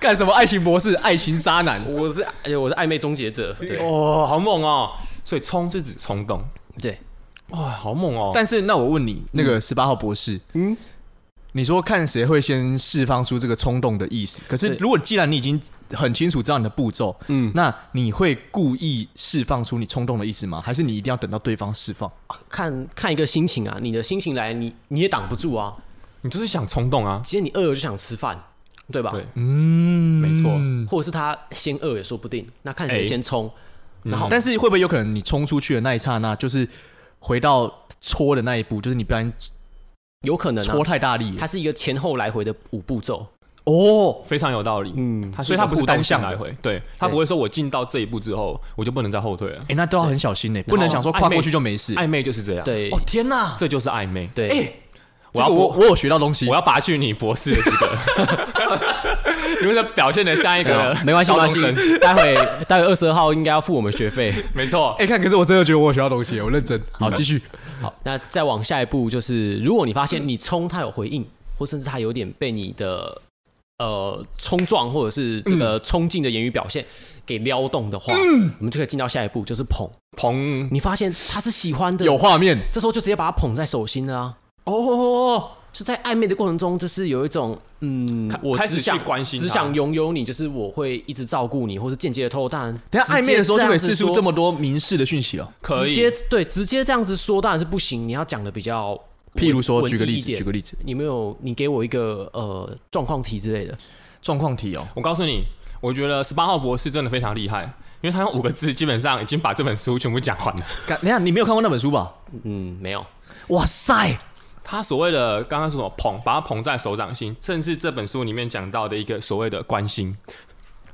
Speaker 3: 干什么爱情博士、爱情渣男？
Speaker 2: 我是哎，我是暧昧终 结者，对
Speaker 1: 哦，好猛哦！所以冲是指冲动，
Speaker 2: 对，
Speaker 1: 哇，好猛哦！
Speaker 3: 但是那我问你，那个十八号博士，嗯，你说看谁会先释放出这个冲动的意思？可是
Speaker 2: 对
Speaker 3: 如果既然你已经很清楚知道你的步骤，嗯，那你会故意释放出你冲动的意思吗？还是你一定要等到对方释放？
Speaker 2: 看看一个心情啊，你的心情来，你你也挡不住啊。
Speaker 1: 你就是想冲动啊，
Speaker 2: 今天你饿了就想吃饭，对吧？
Speaker 1: 对
Speaker 3: 嗯，
Speaker 1: 没错
Speaker 2: 或者是他先饿也说不定，那看谁
Speaker 1: 哎
Speaker 2: 先冲。然后
Speaker 3: 但是会不会有可能你冲出去的那一刹那，就是回到戳的那一步，就是你不然
Speaker 2: 有可能、啊
Speaker 3: 戳，太大力了
Speaker 2: 它是一个前后来回的五步骤。
Speaker 3: 哦，
Speaker 1: 非常有道理。
Speaker 2: 嗯，
Speaker 1: 他
Speaker 3: 所以它不是单向的
Speaker 1: 来回，对他不会说我进到这一步之后，我就不能再后退了哦
Speaker 3: 哎、。那都要很小心呢、不能想说跨过去就没事。
Speaker 1: 暧昧就是这样，，
Speaker 2: 对、
Speaker 3: 哦天哪，
Speaker 1: 这就是暧昧。
Speaker 2: 对。
Speaker 1: 我
Speaker 3: 这
Speaker 1: 要
Speaker 3: 个我
Speaker 1: 剥，
Speaker 3: 我有学到东西
Speaker 1: 我。要拔去你博士的资格。 你们的表现的像一个
Speaker 2: 没关系，没
Speaker 1: 高
Speaker 2: 关
Speaker 1: 中
Speaker 2: 系
Speaker 1: 生，
Speaker 2: 待会待会二十二号应该要付我们学费。
Speaker 1: 没错，
Speaker 3: 哎、看，可是我真的觉得我有学到东西，我认真。好，继续。
Speaker 2: 好，那再往下一步就是，如果你发现你冲他有回应，或甚至他有点被你的呃冲撞或者是这
Speaker 3: 嗯
Speaker 2: 个冲劲的言语表现给撩动的话，我们就可以进到下一步，就是捧。
Speaker 1: 彭
Speaker 2: 你发现他是喜欢的，
Speaker 3: 有画面，
Speaker 2: 这时候就直接把他捧在手心了啊。
Speaker 1: 哦，
Speaker 2: 是在暧昧的过程中，就是有一种嗯
Speaker 1: 开，
Speaker 2: 我
Speaker 1: 开始
Speaker 2: 只想
Speaker 1: 去关心他
Speaker 2: 只想拥有你，就是我会一直照顾你，或是间接的透露。当然，
Speaker 3: 等一下暧昧的时候就可以
Speaker 2: 直接
Speaker 3: 试出
Speaker 2: 样子
Speaker 3: 这
Speaker 2: 说
Speaker 3: 么多明示的讯息哦。
Speaker 1: 可
Speaker 2: 直
Speaker 1: 以
Speaker 2: 接对直接这样子说当然是不行，你要讲的比较文，
Speaker 3: 譬如说，
Speaker 2: 文
Speaker 3: 举个
Speaker 2: 艺
Speaker 3: 例
Speaker 2: 一
Speaker 3: 子，
Speaker 2: 点
Speaker 3: 举个例子，
Speaker 2: 你没有你给我一个呃状况题之类的，
Speaker 3: 状况题哦。
Speaker 1: 我告诉你，我觉得十八号博士真的非常厉害，因为他用五个字基本上已经把这本书全部讲完了。
Speaker 3: 干等一下，你没有看过那本书吧？
Speaker 2: 嗯，没有，
Speaker 3: 哇塞，
Speaker 1: 他所谓的刚刚说什么捧，把它捧在手掌心，正是这本书里面讲到的一个所谓的关心。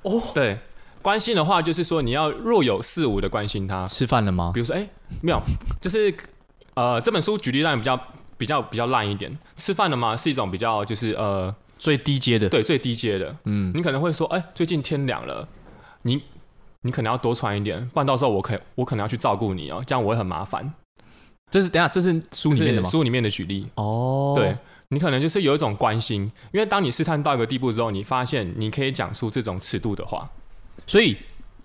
Speaker 1: 哦，对，关心的话就是说你要若有似无的关心他，
Speaker 3: 吃饭了吗？
Speaker 1: 比如说，哎、没有，就是呃，这本书举例让你比较比较比较烂一点。吃饭了吗？是一种比较就是呃，
Speaker 3: 最低阶的，
Speaker 1: 对，最低阶的。嗯，你可能会说，哎、最近天凉了，你你可能要多穿一点，不然到时候我可我可能要去照顾你哦，这样我会很麻烦。
Speaker 3: 这是等一下，这是书
Speaker 1: 就
Speaker 3: 里
Speaker 1: 是
Speaker 3: 面的吗？
Speaker 1: 书里面的举例，
Speaker 3: 哦，
Speaker 1: 对，你可能就是有一种关心，因为当你试探到一个地步之后，你发现你可以讲出这种尺度的话，
Speaker 3: 所以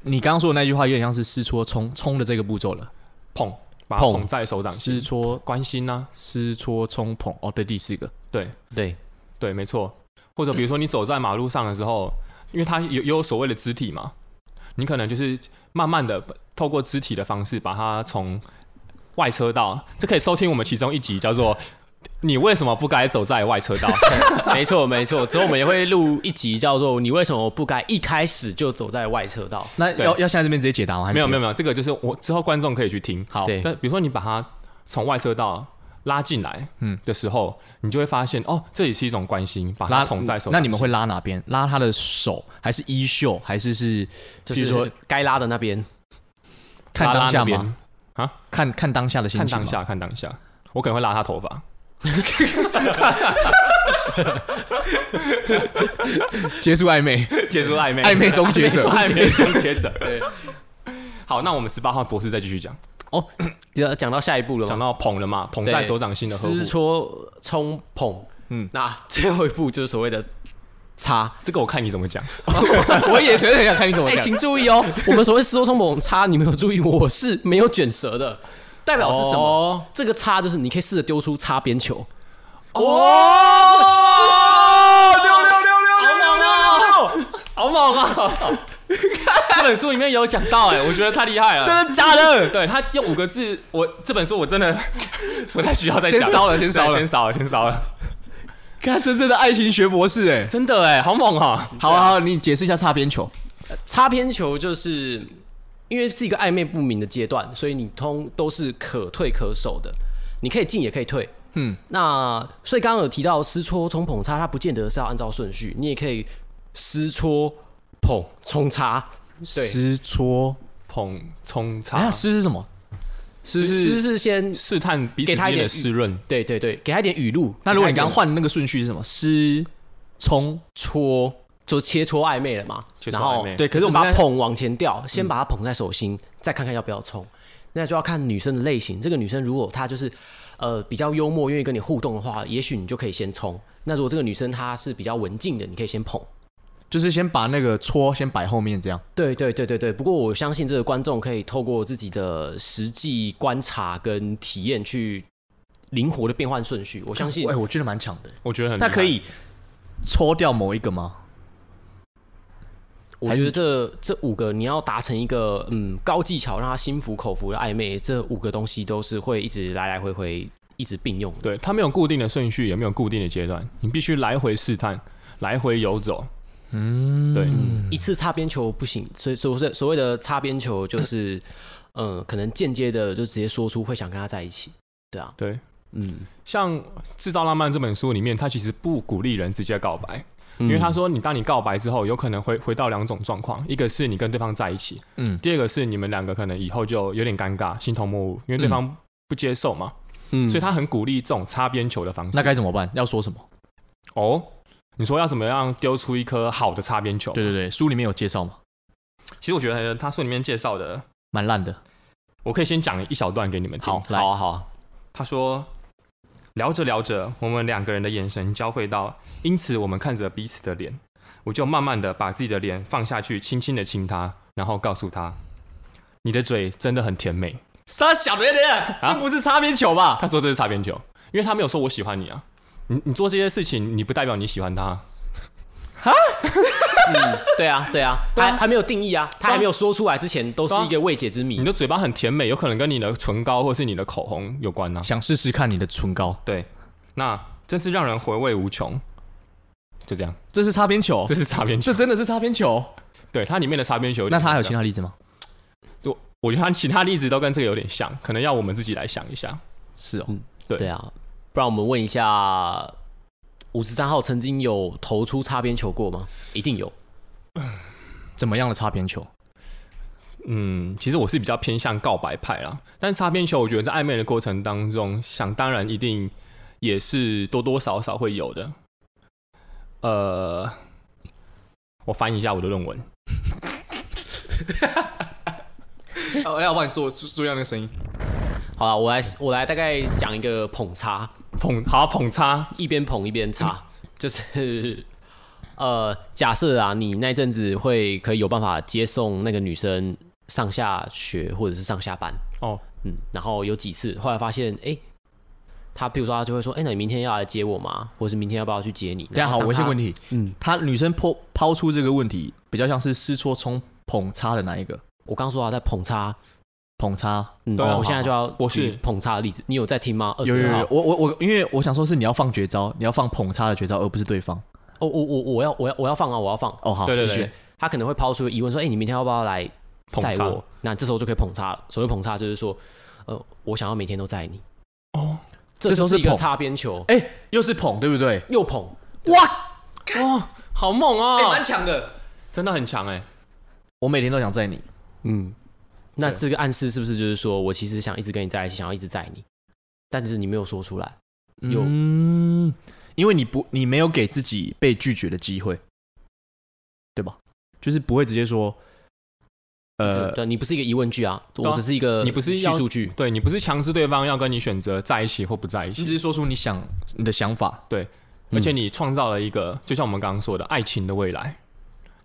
Speaker 3: 你刚刚说的那句话有点像是试戳冲冲的这个步骤了，
Speaker 1: 碰，把它
Speaker 3: 碰
Speaker 1: 捧在手掌心，
Speaker 3: 试戳
Speaker 1: 关心啊呢、
Speaker 3: 试戳冲捧哦，对，第四个，
Speaker 2: 对，
Speaker 1: 对，没错。或者比如说你走在马路上的时候，因为它有有所谓的肢体嘛，你可能就是慢慢的透过肢体的方式把它从外车道，这可以收听我们其中一集叫做“你为什么不该走在外车道
Speaker 2: 没错没错。之后我们也会录一集叫做“你为什么不该一开始就走在外车道
Speaker 3: 那
Speaker 1: 对
Speaker 3: 要要现在这边直接解答吗？”？
Speaker 1: 没有没有
Speaker 3: 有，
Speaker 1: 没有，这个就是我之后观众可以去听。
Speaker 3: 好，
Speaker 2: 对
Speaker 1: 但比如说你把它从外车道拉进来，嗯
Speaker 3: 嗯
Speaker 1: 的时候，你就会发现哦，这也是一种关心，把它
Speaker 3: 拉
Speaker 1: 捧在手。
Speaker 3: 那你们会拉哪边？拉他的手，还是衣袖，还是是？”，
Speaker 2: 就
Speaker 3: 比
Speaker 2: 是
Speaker 3: 如说
Speaker 2: 说该拉的那边。
Speaker 1: 拉
Speaker 3: 看
Speaker 1: 拉
Speaker 3: 当
Speaker 1: 那
Speaker 3: 下
Speaker 1: 边
Speaker 3: 吗？？看看当下的心
Speaker 1: 看
Speaker 3: 情吗
Speaker 1: 当下，看当下，我可能会拉他头发。
Speaker 3: 结束 暧昧，
Speaker 1: 结束暧昧，
Speaker 3: 暧昧终结者
Speaker 1: 暧昧终结者。对，好，那我们十八号博士再继续讲，
Speaker 2: 哦讲讲到下一步了
Speaker 1: 讲
Speaker 2: 嘛，
Speaker 1: 到捧了嘛，捧在手掌心的呵护
Speaker 2: 撕，戳冲捧，嗯
Speaker 3: 嗯，
Speaker 2: 那最后一步就是所谓的 擦。
Speaker 1: 这个我看你怎么讲。
Speaker 3: 我也觉得很想看你怎么
Speaker 2: 哎、
Speaker 3: 讲。
Speaker 2: 请注意哦，我们所谓丝绸冲捧叉，你们有注意，我是没有卷舌的，代哦表是什么？
Speaker 3: 哦
Speaker 1: 么？
Speaker 2: 这个叉就是你可以试着丢出擦边球，
Speaker 1: 哦，六六六六六六六六六，
Speaker 2: 好猛啊！
Speaker 1: 哦这本书里面有讲到，哎，我觉得太厉害了。
Speaker 2: 真的假的？
Speaker 1: 对他用五个字，我这本书我真的 不太需要再讲。
Speaker 3: 先烧了先
Speaker 1: 对
Speaker 3: 烧了
Speaker 1: 先烧了，先烧了。
Speaker 3: 看真正的爱情学博士，哎，
Speaker 1: 真的哎，好猛啊！
Speaker 3: 好啊，好啊，你解释一下擦边球。
Speaker 2: 擦边球就是因为是一个暧昧不明的阶段，所以你通都是可退可守的，你可以进也可以退。嗯
Speaker 3: 嗯，
Speaker 2: 那所以刚刚有提到撕戳冲捧擦，它不见得是要按照顺序，你也可以撕戳捧冲擦。对
Speaker 3: 湿搓，
Speaker 1: 捧冲
Speaker 3: 哎呀，
Speaker 1: 擦，
Speaker 3: 湿是什么？湿
Speaker 2: 撕
Speaker 3: 是。
Speaker 2: 是先
Speaker 1: 试探彼此
Speaker 2: 给他
Speaker 1: 之
Speaker 2: 一
Speaker 1: 间
Speaker 2: 点
Speaker 1: 的湿润。
Speaker 2: 对对对，给他一点语录。
Speaker 3: 那如果你
Speaker 2: 给他
Speaker 3: 刚刚
Speaker 2: 一点
Speaker 3: 换那个顺序是什么？湿冲
Speaker 2: 戳，就切磋暧昧了嘛，
Speaker 1: 切磋
Speaker 2: 然后
Speaker 1: 暧昧
Speaker 2: 对，可是
Speaker 3: 只
Speaker 2: 我
Speaker 3: 是
Speaker 2: 们
Speaker 3: 我们
Speaker 2: 把它
Speaker 3: 在
Speaker 2: 捧往前掉，
Speaker 1: 嗯
Speaker 2: 先把它捧在手心，再看看要不要冲。那就要看女生的类型。这个女生如果她就是呃比较幽默，愿意跟你互动的话，也许你就可以先冲。那如果这个女生她是比较文静的，你可以先捧。
Speaker 3: 就是先把那个搓先摆后面这样。
Speaker 2: 对对对对对，不过我相信这个观众可以透过自己的实际观察跟体验去灵活的变换顺序。我相信
Speaker 3: 哎，我觉得蛮强的。
Speaker 1: 我觉得很
Speaker 3: 那
Speaker 1: 厉害
Speaker 3: 可以搓掉某一个吗？
Speaker 2: 我觉得这这五个你要达成一个嗯高技巧，让他心服口服的暧昧，这五个东西都是会一直来来回回一直并用的。
Speaker 1: 对，它没有固定的顺序，也没有固定的阶段，你必须来回试探，来回游走。嗯，对，
Speaker 2: 一次擦边球不行，所以所谓所谓的擦边球就是，嗯，可能间接的就直接说出会想跟他在一起。对啊，
Speaker 1: 对，
Speaker 2: 嗯，
Speaker 1: 像《制造浪漫》这本书里面，它其实不鼓励人直接告白，因
Speaker 3: 嗯
Speaker 1: 为他说你当你告白之后，有可能会回到两种状况，一个是你跟对方在一起，
Speaker 3: 嗯
Speaker 1: 第二个是你们两个可能以后就有点尴尬，形同陌路，因为
Speaker 3: 嗯
Speaker 1: 对方不接受嘛，
Speaker 2: 嗯
Speaker 1: 所以他很鼓励这种擦边球的方式。
Speaker 3: 那该怎么办？要说什么？
Speaker 1: 哦，你说要怎么样丢出一颗好的擦边球？
Speaker 3: 对对对，书里面有介绍嘛，
Speaker 1: 其实我觉得他书里面介绍的，
Speaker 3: 蛮烂的。
Speaker 1: 我可以先讲一小段给你们听。
Speaker 3: 好，来
Speaker 2: 好，啊好啊，
Speaker 1: 他说，聊着聊着，我们两个人的眼神交汇到，因此我们看着彼此的脸，我就慢慢的把自己的脸放下去，轻轻的亲他，然后告诉他，你的嘴真的很甜美。
Speaker 3: 傻小的，这不是擦边球吧？
Speaker 1: 他说这是擦边球，因为他没有说我喜欢你啊。你你做这些事情，你不代表你喜欢他。
Speaker 2: 对啊，对啊，
Speaker 1: 对啊
Speaker 2: 还还没有定义啊，他还没有说出来之前都是一个未解之谜
Speaker 1: 你。的嘴巴很甜美，有可能跟你的唇膏或是你的口红有关呢、啊。
Speaker 3: 想试试看你的唇膏，
Speaker 1: 对，那真是让人回味无穷。就这样，
Speaker 3: 这是擦边
Speaker 2: 哦
Speaker 3: 球
Speaker 1: 这，是擦边球
Speaker 3: 这。真的是擦边球。
Speaker 1: 对，它里面的擦边球。
Speaker 3: 那他还有其他例子吗？
Speaker 1: 我觉得他其他例子都跟这个有点像，可能要我们自己来想一下。
Speaker 3: 是哦，
Speaker 1: 对
Speaker 2: 对啊，不然我们问一下，五十三号曾经有投出擦边球过吗？一定有。
Speaker 3: 怎么样的擦边球？
Speaker 1: 嗯，其实我是比较偏向告白派啦，但擦边球我觉得在暧昧的过程当中，想当然一定也是多多少少会有的。呃，我翻译一下我的论文，
Speaker 3: 我要帮你做做做样那个声音。
Speaker 2: 好了，我来我来大概讲一个捧擦。
Speaker 1: 捧好捧擦，
Speaker 2: 一边捧一边擦，就是呃，假设啊，你那阵子会可以有办法接送那个女生上下学或者是上下班
Speaker 1: 哦，
Speaker 2: 嗯，然后有几次后来发现，哎、他比如说他就会说，哎、那你明天要来接我吗？或者是明天要不要去接你？
Speaker 3: 大家好，我先问
Speaker 2: 你，
Speaker 3: 题，
Speaker 2: 嗯，
Speaker 3: 他女生抛抛出这个问题，比较像是试错冲捧擦的哪一个？
Speaker 2: 我刚说他在捧擦，
Speaker 3: 捧擦
Speaker 2: 嗯，
Speaker 1: 对啊
Speaker 2: 我现在就要
Speaker 1: 我是
Speaker 2: 举捧擦的例子，你有在听吗？二十
Speaker 3: 有有
Speaker 2: 二
Speaker 3: 有
Speaker 2: 号，，
Speaker 3: 我我我，因为我想说是你要放绝招，你要放捧擦的绝招，而不是对方。
Speaker 2: 哦，我我我要我要我要放啊，我要放，
Speaker 3: 哦，好，
Speaker 1: 对对
Speaker 2: 继续
Speaker 1: 对，
Speaker 2: 他可能会抛出疑问说：“哎、你明天要不要来
Speaker 1: 捧
Speaker 2: 载
Speaker 1: 叉
Speaker 2: 我？”那这时候就可以捧叉了。所谓捧叉就是说，呃，我想要每天都载你。
Speaker 1: 哦，
Speaker 3: 这
Speaker 2: 这
Speaker 3: 时
Speaker 2: 就
Speaker 3: 候
Speaker 2: 是
Speaker 3: 是
Speaker 2: 一个
Speaker 3: 捧
Speaker 2: 擦边球，
Speaker 3: 哎、又是捧，对不对？
Speaker 2: 又捧，
Speaker 1: 哇，好猛哦、
Speaker 3: 哎强的。
Speaker 1: 真的很强哎、
Speaker 3: 我每天都想在你，
Speaker 2: 嗯，那
Speaker 1: 对
Speaker 2: 这个暗示是不是就是说我其实想一直跟你在一起，想要一直载你，但是你没有说出来？有
Speaker 3: 嗯，因为你不，你没有给自己被拒绝的机会，对吧？就是不会直接说，呃，
Speaker 2: 对，你不是一个疑问句啊，
Speaker 1: 啊
Speaker 2: 我只是一个
Speaker 1: 你不是
Speaker 2: 叙
Speaker 1: 要
Speaker 2: 述句，
Speaker 1: 对你不是强制对方要跟你选择在一起或不在一
Speaker 3: 你只
Speaker 1: 起，
Speaker 3: 是说出你想你的想法，
Speaker 1: 而
Speaker 3: 嗯
Speaker 1: 且你创造了一个，就像我们刚刚说的爱情的未来，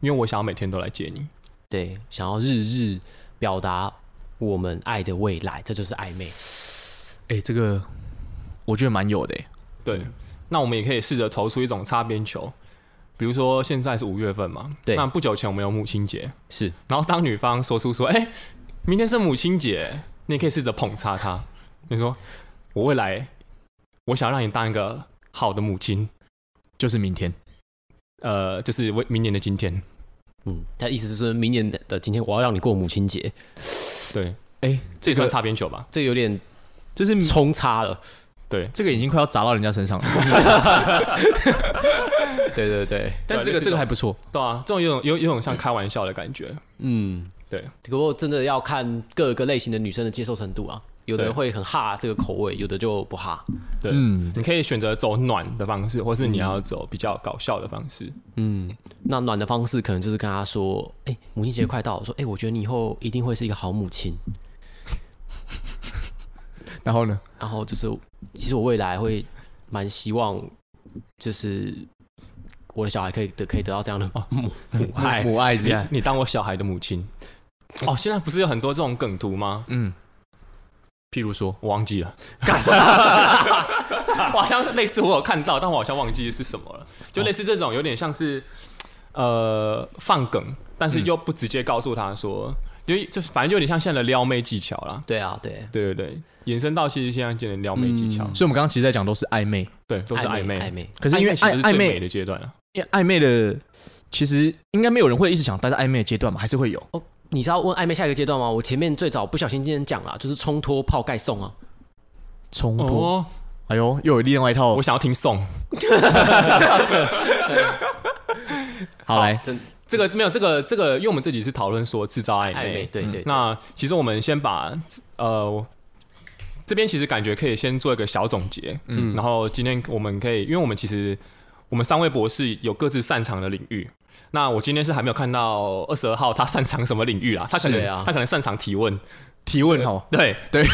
Speaker 1: 因为我想要每天都来接你。
Speaker 2: 对，想要日日表达我们爱的未来，这就是暧昧。
Speaker 3: 哎、这个我觉得蛮有的、欸。
Speaker 1: 对，那我们也可以试着投出一种擦边球，比如说现在是五月份嘛，
Speaker 2: 对
Speaker 1: 那不久前我们有母亲节，
Speaker 2: 是
Speaker 1: 然后当女方说出说，哎、明天是母亲节，你也可以试着捧擦她，你说我未来我想让你当一个好的母亲，
Speaker 3: 就是明天，
Speaker 1: 呃，就是为明年的今天，
Speaker 2: 嗯，他意思是说明年的的今天我要让你过母亲节，
Speaker 1: 对，
Speaker 3: 哎、
Speaker 1: 这
Speaker 3: 这
Speaker 1: 也算
Speaker 3: 个
Speaker 1: 擦边球吧？
Speaker 2: 这有点
Speaker 3: 就是
Speaker 1: 嗯
Speaker 2: 冲差了。
Speaker 1: 对，
Speaker 3: 这个已经快要砸到人家身上 了，
Speaker 2: 对对对，
Speaker 3: 但是这
Speaker 1: 对就
Speaker 3: 个
Speaker 1: 是
Speaker 3: 这个还不错，
Speaker 1: 对啊，这种有种有有种像开玩笑的感觉，
Speaker 2: 嗯，
Speaker 1: 对。
Speaker 2: 不过真的要看各个类型的女生的接受程度啊，有的人会很哈这个口味，有的就不哈。
Speaker 1: 对，
Speaker 3: 嗯
Speaker 1: 你可以选择走暖的方式，或是你要走比较搞笑的方式。
Speaker 2: 嗯，那暖的方式可能就是跟她说：“哎、母亲节快到了，说哎、我觉得你以后一定会是一个好母亲。
Speaker 3: 然后呢？
Speaker 2: 然后就是，其实我未来会蛮希望，就是我的小孩可以得可以得到这样的母母爱。
Speaker 3: 母爱之
Speaker 1: 你
Speaker 3: 爱，
Speaker 1: 你当我小孩的母亲。哦，现在不是有很多这种梗图吗？
Speaker 3: 嗯，
Speaker 1: 譬如说，我忘记了， 我好像类似我有看到，但我好像忘记是什么了。就类似这种，有点像是呃放梗，但是又不直接告诉他说，因为就是反正就有点像现在的撩妹技巧啦。
Speaker 2: 对啊，对，
Speaker 1: 对对对，延伸到其实现在见的撩妹技巧，
Speaker 2: 嗯
Speaker 3: 所以我们刚刚其实在讲都是暧昧，
Speaker 1: 对，都是暧昧。
Speaker 2: 暧昧，
Speaker 3: 可是因为
Speaker 1: 其实
Speaker 3: 暧
Speaker 1: 是
Speaker 3: 暧
Speaker 1: 最
Speaker 3: 昧
Speaker 1: 美，的阶段啊了、
Speaker 3: 因为暧昧的其实应该没有人会一直想待在暧昧的阶段嘛，还是会有。
Speaker 2: 你是要问暧昧下一个阶段吗？我前面最早不小心今天讲了，就是冲脱泡盖送啊。
Speaker 3: 冲突，
Speaker 1: 哦，
Speaker 3: 哎呦，又有另外一套
Speaker 1: 我。想要听送。
Speaker 3: 好来，
Speaker 2: 真
Speaker 1: 这个没有这个这个，因为我们这集是讨论说制造暧
Speaker 2: 暧昧，
Speaker 1: 昧。
Speaker 2: 对对，
Speaker 1: 那其实我们先把呃这边其实感觉可以先做一个小总结，嗯，然后今天我们可以，因为我们其实我们三位博士有各自擅长的领域。那我今天是还没有看到二十二号他擅长什么领域啊？他可
Speaker 2: 是
Speaker 1: 能、
Speaker 2: 啊
Speaker 1: 他可能擅长提问，
Speaker 3: 提问哈，
Speaker 1: 对
Speaker 3: 对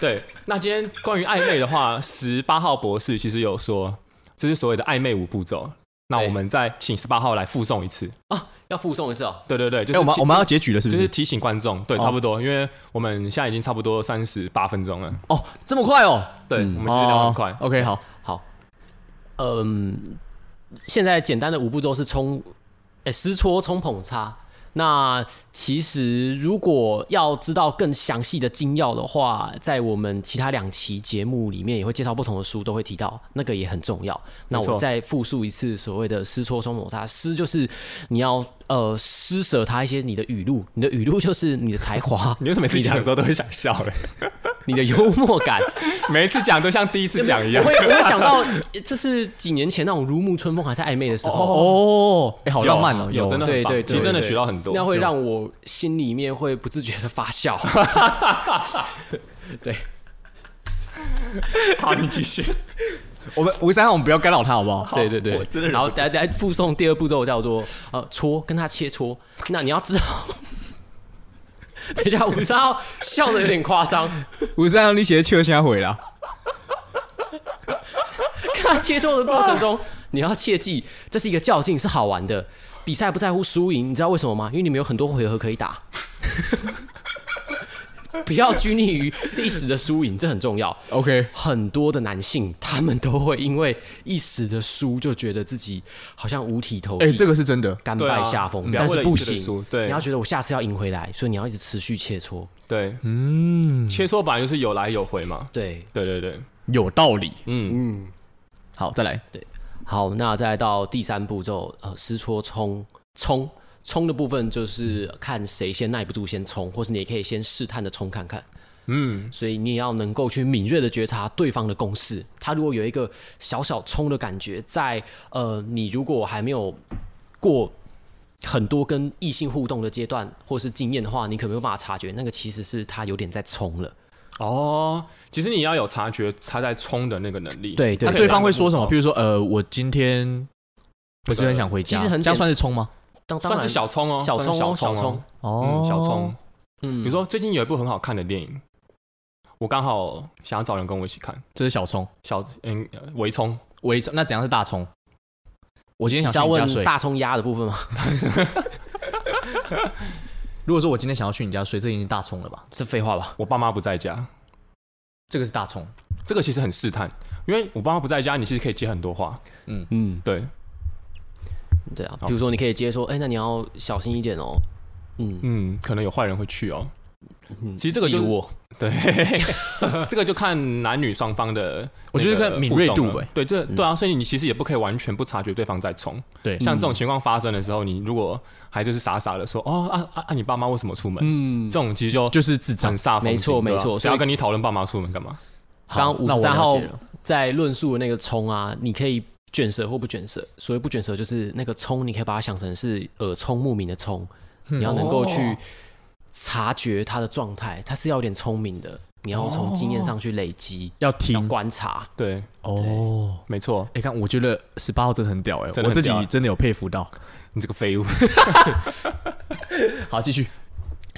Speaker 1: 对。那今天关于暧昧的话，十八号博士其实有说，这是所谓的暧昧五步骤。那
Speaker 2: 对
Speaker 1: 我们再请十八号来附送一次。
Speaker 2: 啊，要附送一次哦。
Speaker 1: 对对对，就
Speaker 3: 哎、
Speaker 1: 是
Speaker 3: 我们
Speaker 1: 其
Speaker 3: 我们要结局了，是不？
Speaker 1: 就是是提醒观众，对，
Speaker 3: 哦
Speaker 1: 差不多，因为我们现在已经差不多三十八分钟了，
Speaker 3: 哦，这么快哦，
Speaker 1: 对，
Speaker 2: 嗯
Speaker 1: 我们其实聊得
Speaker 3: 哦
Speaker 1: 很快，
Speaker 3: OK，好，
Speaker 2: 好，嗯，现在简单的五步骤是冲，哎、湿搓、冲、捧、擦。那其实如果要知道更详细的精要的话，在我们其他两期节目里面也会介绍不同的书，都会提到，那个也很重要。那
Speaker 1: 没错，
Speaker 2: 我再复述一次所谓的湿搓、冲、捧、擦。湿就是你要呃施舍他一些你的语录，你的语录就是你的才华
Speaker 1: 你为什么每次讲的时候都会想 笑嘞？
Speaker 2: 你的幽默感。
Speaker 1: 每一次讲都像第一次讲一样
Speaker 2: 我，会我会想到，这是几年前那种如沐春风还在暧昧的时候，
Speaker 3: 哦，哎、好
Speaker 1: 有
Speaker 3: 浪漫哦，
Speaker 1: 有真的很棒
Speaker 2: 对对对
Speaker 1: 其实真的学到很多，
Speaker 2: 哦那会让我心里面会不自觉的 发笑。对，
Speaker 1: 好，你继续，
Speaker 3: 我们吴三号，我们不要干扰他，好不好？
Speaker 2: 对对对。然后来来附送第二步骤叫做呃搓，跟他切磋。那你要知道，等一下五三号笑的有点夸张，
Speaker 3: 吴三号，你写的秋香回了，
Speaker 2: 跟他切磋的过程中，你要切记，这是一个较劲，是好玩的。比赛不在乎输赢，你知道为什么吗？因为你们有很多回合可以打。 不要拘泥于一时的输赢，这很重要。
Speaker 3: OK，
Speaker 2: 很多的男性，他们都会因为一时的输，就觉得自己好像五体投地，
Speaker 3: 哎、这个是真的。
Speaker 2: 甘
Speaker 1: 对啊
Speaker 2: 拜下风，
Speaker 1: 不要
Speaker 2: 但
Speaker 1: 为了
Speaker 2: 是
Speaker 1: 一
Speaker 2: 不
Speaker 1: 次的
Speaker 2: 行
Speaker 1: 输，对
Speaker 2: 你要觉得我下次要赢回来，所以你要一直持续切磋。
Speaker 1: 对，
Speaker 3: 嗯，
Speaker 1: 切磋本来就是有来有回嘛。
Speaker 2: 对，
Speaker 1: 对对对，
Speaker 3: 有道理。
Speaker 1: 嗯，
Speaker 2: 嗯，
Speaker 3: 好，再来。
Speaker 2: 好，那再到第三步骤，呃，试搓冲冲冲的部分就是看谁先耐不住先冲，或是你也可以先试探的冲看看。嗯，所以你也要能够去敏锐的觉察对方的攻势。他如果有一个小小冲的感觉，在呃，你如果还没有过很多跟异性互动的阶段或是经验的话，你可能没有办法察觉，那个其实是他有点在冲了。
Speaker 1: 哦，其实你要有察觉他在冲的那个能力。
Speaker 2: 对
Speaker 3: 那
Speaker 1: 他
Speaker 2: 啊对
Speaker 1: 可以
Speaker 3: 啊对方会
Speaker 1: 拦得住
Speaker 3: 说什么？
Speaker 1: 哦
Speaker 3: 比如说，呃，我今天不是很想回家，
Speaker 2: 其实很
Speaker 3: 这样
Speaker 2: 简
Speaker 3: 算是冲吗？
Speaker 2: 当当
Speaker 1: 算
Speaker 2: 然
Speaker 1: 是小冲哦，
Speaker 2: 小
Speaker 1: 算是
Speaker 2: 冲哦
Speaker 1: 小
Speaker 2: 小
Speaker 1: 冲哦嗯，
Speaker 2: 冲，
Speaker 1: 小冲。
Speaker 2: 嗯
Speaker 1: 比如说最近有一部很好看的电影，我刚好想要找人跟我一起看，
Speaker 3: 这是小冲，
Speaker 1: 小嗯呃微冲，
Speaker 3: 微冲。那怎样是大冲？我今天
Speaker 2: 你是
Speaker 3: 想
Speaker 2: 要
Speaker 3: 去你家
Speaker 2: 问
Speaker 3: 睡。
Speaker 2: 大冲压的部分吗？
Speaker 3: 如果说我今天想要去你家睡，这已经是大冲了吧？
Speaker 2: 是废话吧？
Speaker 1: 我爸妈不在家，
Speaker 3: 这个是大冲。
Speaker 1: 这个其实很试探，因为我爸妈不在家，你其实可以接很多话，
Speaker 2: 嗯，
Speaker 1: 对，
Speaker 2: 对啊，
Speaker 1: 好
Speaker 2: 比如说你可以接说，哎、那你要小心一点哦。嗯，
Speaker 1: 嗯，可能有坏人会去哦。
Speaker 2: 嗯
Speaker 1: 其实这个
Speaker 2: 例
Speaker 1: 就
Speaker 2: 如
Speaker 1: 我对， 这个就看男女双方的那个互动了，
Speaker 3: 我觉得看敏锐度欸
Speaker 1: 对，这对啊，所以你其实也不可以完全不察觉对方在冲。
Speaker 3: 对
Speaker 1: 像这种情况发生的时候，你如果还就是傻傻的说哦啊啊啊，你爸妈为什么出门？
Speaker 2: 嗯，
Speaker 1: 这种其实就
Speaker 3: 就是智障
Speaker 1: 很。煞风景
Speaker 2: 没错
Speaker 1: 对吧
Speaker 2: 没错
Speaker 1: 谁
Speaker 2: 所
Speaker 1: 要
Speaker 2: 以
Speaker 1: 跟你讨论爸妈出门干嘛？
Speaker 2: 刚
Speaker 3: 好
Speaker 2: 五
Speaker 3: 那
Speaker 2: 十
Speaker 3: 我了
Speaker 2: 三
Speaker 3: 解
Speaker 2: 号
Speaker 3: 了
Speaker 2: 在论述的那个冲啊，你可以卷舌或不卷舌。所谓不卷舌，就是那个冲，你可以把它想成是耳聪目明的聪，你要能够去
Speaker 1: 哦
Speaker 2: 察觉他的状态，他是要有点聪明的，你要从经验上去累积，
Speaker 3: 要
Speaker 2: 要
Speaker 3: 听
Speaker 2: 观察。
Speaker 1: 对，
Speaker 3: 哦。
Speaker 1: 没错，
Speaker 3: 哎、看，我觉得十八号真的很屌哎、
Speaker 1: 真的很
Speaker 3: 我自
Speaker 1: 屌啊
Speaker 3: 己真的有佩服到。
Speaker 1: 你这个废物。
Speaker 3: 好，继续。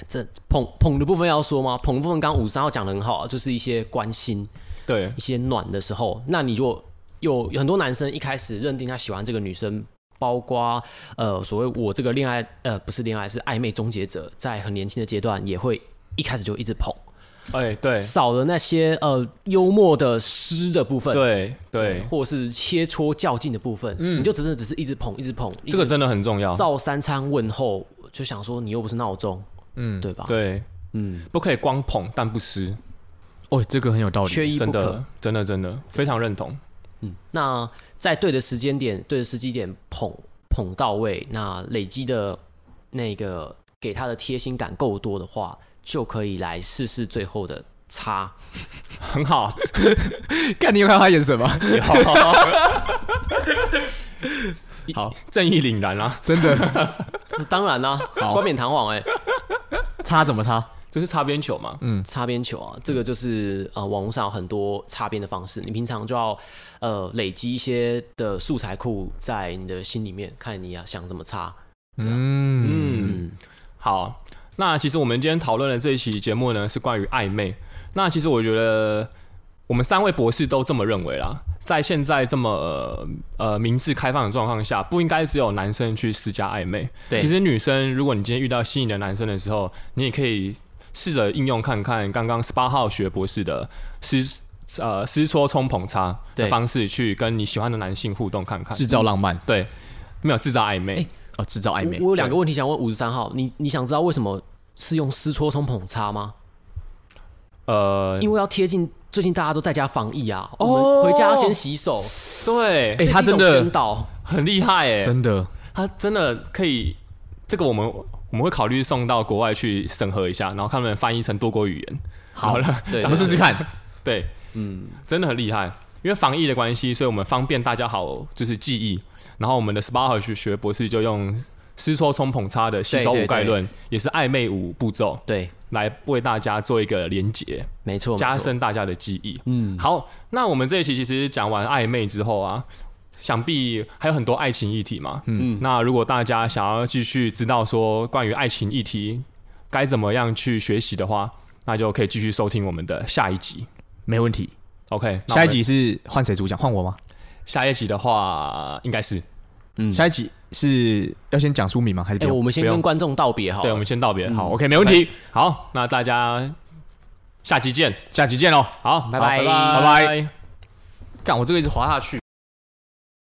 Speaker 2: 这捧捧的部分要说吗？捧的部分刚五十三号讲的很好啊，就是一些关心，
Speaker 1: 对
Speaker 2: 一些暖的时候，那你就有有很多男生一开始认定他喜欢这个女生，包括呃所谓我这个恋爱呃不是恋爱是暧昧终结者，在很年轻的阶段也会一开始就一直捧，
Speaker 1: 哎， 对
Speaker 2: 少了那些呃幽默的诗的部分，
Speaker 1: 对对，嗯
Speaker 2: 或是切磋较劲的部分，你就真的只是一直捧一直捧，
Speaker 1: 这个真的很重要
Speaker 2: 一直。照三餐问候，就想说你又不是闹钟，
Speaker 3: 嗯，
Speaker 2: 对吧？，
Speaker 1: 对，
Speaker 2: 嗯，
Speaker 1: 不可以光捧但不施。
Speaker 3: 哦，这个很有道理。
Speaker 2: 缺一
Speaker 1: 真
Speaker 2: 不可
Speaker 1: 的。，真的，真的非常认同。
Speaker 2: 那在对的时间点、对的时机点捧捧到位，那累积的那个给他的贴心感够多的话，就可以来试试最后的擦。
Speaker 1: 很好，
Speaker 3: 看你有看他眼 神吗？好，
Speaker 1: 正义凛然啊，
Speaker 3: 真的
Speaker 2: 这当然啊啦、
Speaker 3: 好
Speaker 2: 冠冕堂皇哎、
Speaker 3: 擦怎么擦？
Speaker 1: 就是擦边球嘛。
Speaker 2: 擦边球啊，这个就是呃网络上有很多擦边的方式，你平常就要呃累积一些的素材库在你的心里面，看你啊想怎么擦。
Speaker 3: 嗯，
Speaker 1: 嗯，好。那其实我们今天讨论的这一期节目呢，是关于暧昧。那其实我觉得我们三位博士都这么认为啦，在现在这么呃呃明智开放的状况下，不应该只有男生去施加暧昧。
Speaker 2: 对
Speaker 1: 其实女生，如果你今天遇到心仪的男生的时候，你也可以试着应用看看刚刚十八号学博士的施呃施搓冲捧擦的
Speaker 2: 对
Speaker 1: 方式，去跟你喜欢的男性互动看看，
Speaker 3: 制造浪漫
Speaker 1: 对，没有制造暧昧。
Speaker 3: 哦，制造暧昧
Speaker 2: 我我。有两个问题想问五十三号，你你想知道为什么是用撕搓冲捧擦吗？
Speaker 1: 呃，
Speaker 2: 因为要贴近，最近大家都在家防疫啊，
Speaker 1: 哦
Speaker 2: 我们回家要先洗手。
Speaker 1: 对，
Speaker 2: 这是一
Speaker 3: 他真
Speaker 2: 种
Speaker 3: 的
Speaker 2: 宣导，
Speaker 1: 很厉害哎、
Speaker 3: 真的，
Speaker 1: 他真的可以，这个我们我们会考虑送到国外去审核一下，然后看能不能翻译成多国语言。好了，
Speaker 2: 对，
Speaker 3: 咱们试试看。
Speaker 1: 对，嗯，真的很厉害，因为防疫的关系，所以我们方便大家好就是记忆，然后我们的十八号学学博士就用湿搓冲捧擦的洗手
Speaker 2: 对对
Speaker 1: 五概
Speaker 2: 对
Speaker 1: 论，也是暧昧五步骤
Speaker 2: 对，
Speaker 1: 来为大家做一个连结。
Speaker 2: 没错，
Speaker 1: 加
Speaker 2: 没错。
Speaker 1: 深大家的记忆。嗯，好，那我们这一期其实讲完暧昧之后啊，想必还有很多爱情议题嘛。嗯，那如果大家想要继续知道说关于爱情议题该怎么样去学习的话，那就可以继续收听我们的下一集。
Speaker 3: 没问题。
Speaker 1: OK，那我们
Speaker 3: 下一集是换谁主讲？换我吗？
Speaker 1: 下一集的话，应该是
Speaker 2: 嗯，
Speaker 3: 下一集是要先讲书名吗？还是不
Speaker 2: 哎，
Speaker 3: 用？
Speaker 2: 我们先
Speaker 1: 不用
Speaker 2: 跟观众道别好
Speaker 1: 对，我
Speaker 2: 了，
Speaker 1: 们先道别。好
Speaker 3: 嗯
Speaker 1: ，OK，没问题。好，那大家下集见，
Speaker 3: 下集见喽！
Speaker 1: 好，好
Speaker 2: 拜拜
Speaker 1: 拜
Speaker 3: 拜
Speaker 1: 拜。
Speaker 3: 干，我这个一直滑下去。